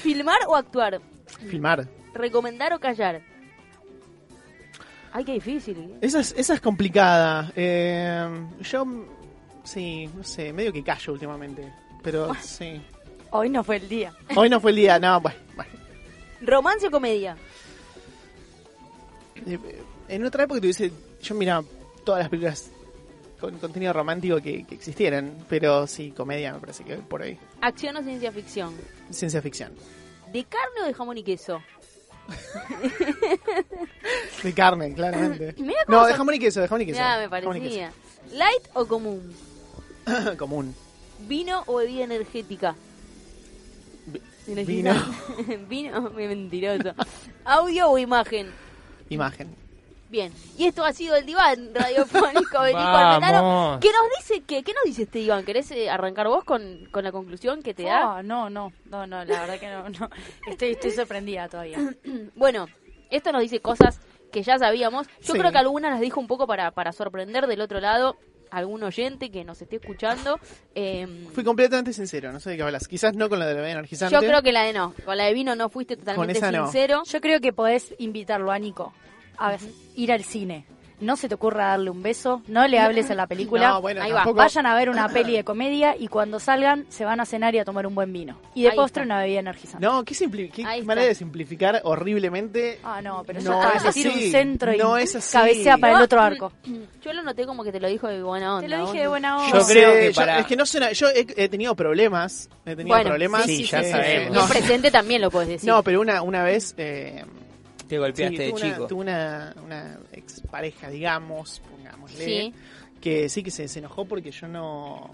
S3: ¿Filmar o actuar?
S6: Filmar.
S3: ¿Recomendar o callar? Ay, qué difícil. ¿eh?
S6: Esa es, esa es complicada. Eh, yo, sí, no sé, medio que callo últimamente. Pero sí.
S4: Hoy no fue el día.
S6: Hoy no fue el día, no, bueno, bueno.
S3: ¿Romance o comedia?
S6: Eh, eh, En otra época tuviese, yo miraba todas las películas con contenido romántico que, que existieran, pero sí, comedia me parece que por ahí.
S3: ¿Acción o ciencia ficción?
S6: Ciencia ficción.
S3: ¿De carne o de jamón y queso?
S6: De carne, claramente.
S3: Mirá cómo
S6: No,
S3: son-
S6: de jamón y queso, de jamón y queso.
S3: Ya, me
S6: Jamón y
S3: parecía. ¿Light o común?
S6: queso. Común.
S3: ¿Vino o bebida energética?
S6: Vi-
S3: Energiza- Vino, mentiroso. ¿Audio o imagen?
S6: Imagen.
S3: Bien, y esto ha sido el diván radiofónico de Nico
S5: Vamos.
S3: Almenaro. ¿Qué nos dice qué? ¿Qué nos dice este diván? ¿Querés eh, arrancar vos con, con la conclusión que te da?
S4: Ah, no, no, no, no, la verdad que no, no. Estoy, estoy sorprendida todavía.
S3: Bueno, esto nos dice cosas que ya sabíamos. Yo
S6: Sí.
S3: creo que algunas las dijo un poco para, para sorprender del otro lado algún oyente que nos esté escuchando. Eh,
S6: Fui completamente sincero, no sé de qué hablas. Quizás no con la de la bebida energizante.
S3: yo creo que la de no, con la de vino no fuiste totalmente
S6: esa no.
S3: sincero.
S4: Yo creo que podés invitarlo a Nico a ver, ir al cine. No se te ocurra darle un beso, no le hables a la película.
S6: No, bueno,
S3: Ahí va,
S6: tampoco.
S4: Vayan a ver una peli de comedia y cuando salgan se van a cenar y a tomar un buen vino. Y de
S3: Ahí
S4: postre
S3: está.
S4: una bebida energizante.
S6: No, qué, simpli- qué
S3: Ahí está.
S6: manera de simplificar horriblemente.
S4: Ah, no, pero
S6: No,
S4: ya
S6: es
S4: te decir
S6: así.
S4: un centro y
S6: No, es así.
S4: cabecea para
S3: No,
S4: el otro arco.
S3: Yo lo noté como que te lo dijo de buena onda.
S4: Te lo
S3: vos
S4: dije de
S3: no-
S4: buena
S5: Yo
S4: onda.
S6: No sé,
S5: creo que
S6: yo-
S5: para-
S6: es que no suena. Yo he, he tenido problemas. He tenido
S3: Bueno,
S6: problemas.
S5: sí, sí, ya
S6: eh,
S5: sabemos.
S3: Y
S6: no,
S3: el presente también lo puedes decir.
S6: no, pero una, una vez. Eh,
S5: Te
S6: sí,
S5: golpeaste de
S6: tuve, una,
S5: chico.
S6: tuve una, una expareja, digamos, pongámosle.
S3: Sí.
S6: Que sí que se, se enojó porque yo no.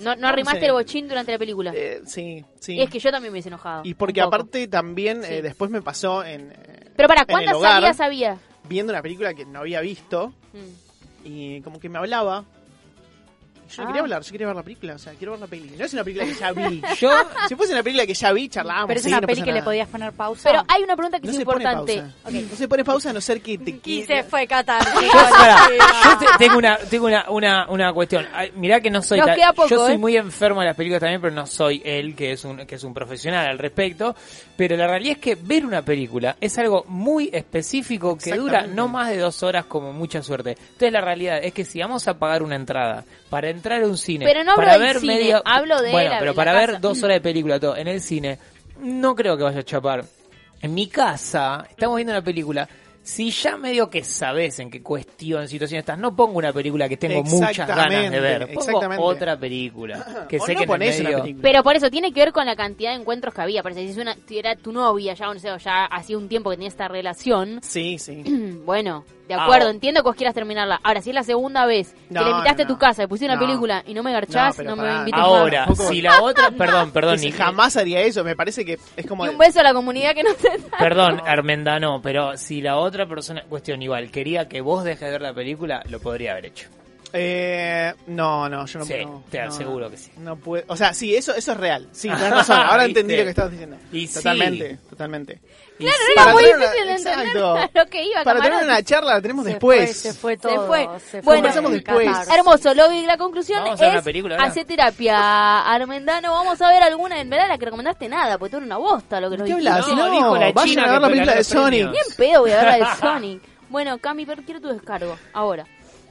S3: no, no
S6: no
S3: arrimaste
S6: sé.
S3: el bochín durante la película.
S6: eh, sí, sí.
S3: Y es que yo también me hubiese enojado.
S6: Y porque
S3: un poco.
S6: aparte también eh,
S3: Sí.
S6: después me pasó en. eh,
S3: Pero para,
S6: en
S3: ¿cuántas
S6: el hogar,
S3: salidas había?
S6: Viendo una película que no había visto.
S3: Mm.
S6: y como que me hablaba. Y Yo
S3: Ah.
S6: no quería hablar, yo quería ver la película, o sea, quiero ver la peli. No es una película que ya vi.
S5: Yo,
S6: si fuese una película que ya vi, charlábamos.
S4: Pero es
S6: sí,
S4: una
S6: no
S4: peli
S6: pasa
S4: que le
S6: nada.
S4: podías poner pausa.
S3: Pero hay una pregunta que
S6: No
S3: es
S6: se
S3: importante.
S6: pone pausa. No se pone pausa a no ser que te
S4: y se
S6: quiera.
S4: fue Qatar.
S5: pará, yo te- tengo una, tengo una, una, una cuestión. Ay, Mirá que no soy
S3: Nos
S5: tan-
S3: queda poco,
S5: yo soy
S3: ¿eh?
S5: muy enfermo de las películas también, pero no soy él que es un, que es un profesional al respecto. Pero la realidad es que ver una película es algo muy específico que dura
S6: Exactamente.
S5: no más de dos horas como mucha suerte. Entonces la realidad es que si vamos a pagar una entrada para entrar a un cine,
S3: Pero no hablo
S5: para
S3: del
S5: ver
S3: cine,
S5: media,
S3: hablo de
S5: bueno,
S3: la-
S5: pero
S3: de la
S5: para
S3: casa.
S5: ver dos horas de película todo en el cine, no creo que vaya a chapar. En mi casa estamos viendo una película. Si ya medio que sabes en qué cuestión, situación estás, no pongo una película que tengo muchas ganas de ver.
S6: Exactamente,
S5: Pongo
S6: exactamente.
S5: otra película que
S6: O
S5: sé
S6: no
S5: que en el
S6: ponés una
S5: medio-
S6: película.
S3: Pero por eso tiene que ver con la cantidad de encuentros que había. Parece que si es una- si era tu novia ya, no sé, o ya hacía un tiempo que tenía esta relación.
S6: Sí, sí.
S3: Mm, Bueno, de
S5: Ah,
S3: acuerdo,
S5: o-
S3: entiendo que vos quieras terminarla. Ahora, si es la segunda vez que
S6: No,
S3: le invitaste
S6: no,
S3: a tu casa y pusiste una
S6: no.
S3: película y no me garchás,
S6: No, pero
S3: no, me
S6: pará.
S3: invites más.
S5: Ahora,
S6: Tampoco-
S5: si la otra, perdón, perdón,
S6: Dice,
S5: Nick.
S6: jamás haría eso, me parece que es como.
S3: Y
S6: de-
S3: un beso a la comunidad que no se
S5: Perdón, Armenda, no, pero si la otra persona, cuestión igual, quería que vos dejes de ver la película, lo podría haber hecho.
S6: Eh, no, no, yo no
S5: Sí,
S6: puedo.
S5: te
S6: no,
S5: aseguro
S6: no.
S5: que sí.
S6: No puedo. O sea, sí, eso, eso es real. Sí, tenés razón. Ahora entendí
S5: ¿Viste?
S6: lo que estabas diciendo.
S5: Y sí.
S6: totalmente, totalmente.
S5: Claro,
S3: Era muy
S6: tener una-
S3: difícil de entender
S6: exacto.
S3: a lo que iba,
S6: Para tener
S3: camarote.
S6: una charla la tenemos
S4: Se
S6: después.
S4: fue, se fue
S3: Se
S4: todo.
S3: fue.
S4: se
S3: Bueno,
S6: Conversamos
S4: el
S6: después.
S4: catarro.
S3: Hermoso, Lobby. La conclusión
S5: Vamos a ver una
S3: es
S5: película ahora.
S3: hace terapia, Armendano. Vamos a ver alguna. En verdad la que recomendaste nada, porque tú eras una bosta lo que nos
S6: ¿Qué
S3: dijiste.
S6: hablas? Si
S5: No,
S6: no,
S5: dijo la
S6: vayan
S5: China
S6: a
S5: que
S6: ver la
S5: fue
S6: película
S5: ganando
S6: de Sonic.
S5: premios.
S3: Bien pedo voy a ver la de Sonic. Bueno, Cami, pero quiero tu descargo. Ahora.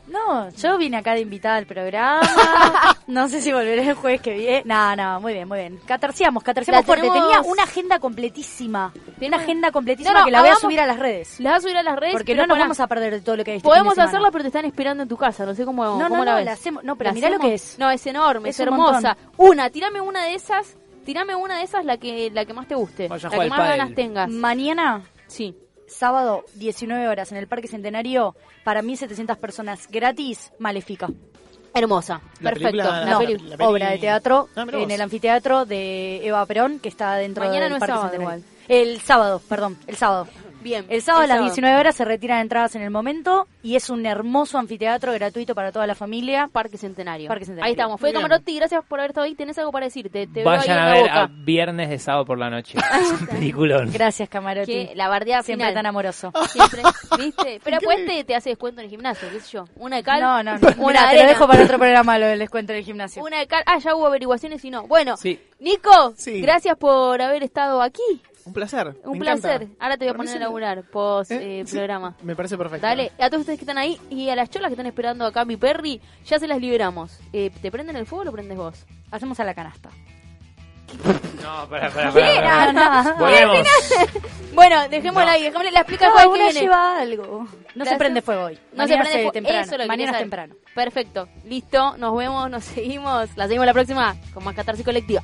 S4: No, yo vine acá de invitada al programa. No sé si volveré el jueves que viene. No, no, muy bien, muy bien. Caterciamos, caterciamos
S3: La
S4: fuerte.
S3: tenemos-
S4: Tenía una agenda completísima. Una
S3: Tenemos-
S4: agenda completísima
S3: No, no,
S4: que la voy a
S3: hagamos-
S4: subir a las redes.
S3: Las vas a subir a las redes.
S4: Porque
S3: pero
S4: no nos
S3: para-
S4: vamos a perder de todo lo que hay. este
S3: Podemos
S4: fin de semana.
S3: hacerla, pero te están esperando en tu casa. No sé cómo,
S4: no,
S3: cómo la
S4: no,
S3: ves.
S4: la hacemos- no, pero
S3: La
S4: mirá lo
S3: hacemos-
S4: que es.
S3: No, es enorme, es,
S4: Es un
S3: hermosa. Una, tirame una de esas. Tirame una de esas, la que, la que más te guste.
S5: Vaya a
S3: la
S5: jugar
S3: que
S5: al
S3: más
S5: pádel.
S3: ganas tengas.
S4: Mm. Mañana,
S3: Sí.
S4: sábado, 19 horas, en el Parque Centenario, para 1.700 personas gratis, Maléfica.
S3: Hermosa.
S6: La
S3: Perfecto.
S6: película-
S3: La
S4: No,
S6: la
S3: peli-
S6: peli-
S4: obra de teatro
S6: Ah, mirá
S4: en
S6: vos.
S4: el anfiteatro de Eva Perón, que está dentro
S3: Mañana
S4: del
S3: no es
S4: Parque
S3: sábado
S4: Centenario. El sábado, perdón, el sábado.
S3: Bien.
S4: El sábado a las 19 horas se retiran entradas en el momento y es un hermoso anfiteatro gratuito para toda la familia.
S3: Parque Centenario.
S4: Parque Centenario.
S3: Ahí estamos. Fue
S6: Muy bien.
S3: Camarotti, gracias por haber estado ahí. Tenés algo para decirte. Te veo
S5: Vayan
S3: ahí en
S5: a
S3: la
S5: ver
S3: boca.
S5: a Viernes de sábado por la noche. es un peliculón.
S4: Gracias, Camarotti.
S3: Que la bardeada
S4: Siempre
S3: final. Oh,
S4: tan amoroso.
S3: Siempre, ¿viste? Pero después te, te hace descuento en el gimnasio, qué sé yo. Una de cal,
S4: No, no, no.
S3: una de
S4: Mirá, te lo
S3: arena,
S4: dejo para otro programa, lo les cuento del gimnasio.
S3: una de cal. Ah, ya hubo averiguaciones y no. Bueno,
S5: Sí.
S3: Nico,
S6: Sí.
S3: gracias por haber estado aquí.
S6: Un placer.
S3: Un
S6: me
S3: placer.
S6: encanta.
S3: Ahora te voy a
S6: Para mí
S3: poner a
S6: siempre-
S3: laburar post
S6: Eh,
S3: eh,
S6: sí,
S3: programa.
S6: Me parece perfecto.
S3: Dale, a todos ustedes que están ahí y a las cholas que están esperando acá, mi Perry, ya se las liberamos. Eh, ¿Te prenden el fuego o lo prendes vos?
S4: Hacemos a la canasta.
S5: No, pará, pará, pará,
S4: Ah,
S5: pará.
S4: no.
S5: Volvemos.
S3: Bueno, dejémosla ahí, dejémosle, la explica
S4: Cada
S3: cuál
S4: una
S3: que viene.
S4: lleva algo. No se
S3: Gracias.
S4: prende fuego hoy.
S3: No se
S4: Mañana
S3: prende fuego.
S4: temprano.
S3: Eso lo que quería
S4: Mañana es
S3: saber.
S4: temprano.
S3: Perfecto. Listo. Nos vemos, nos seguimos. La seguimos la próxima con más catarsis colectiva.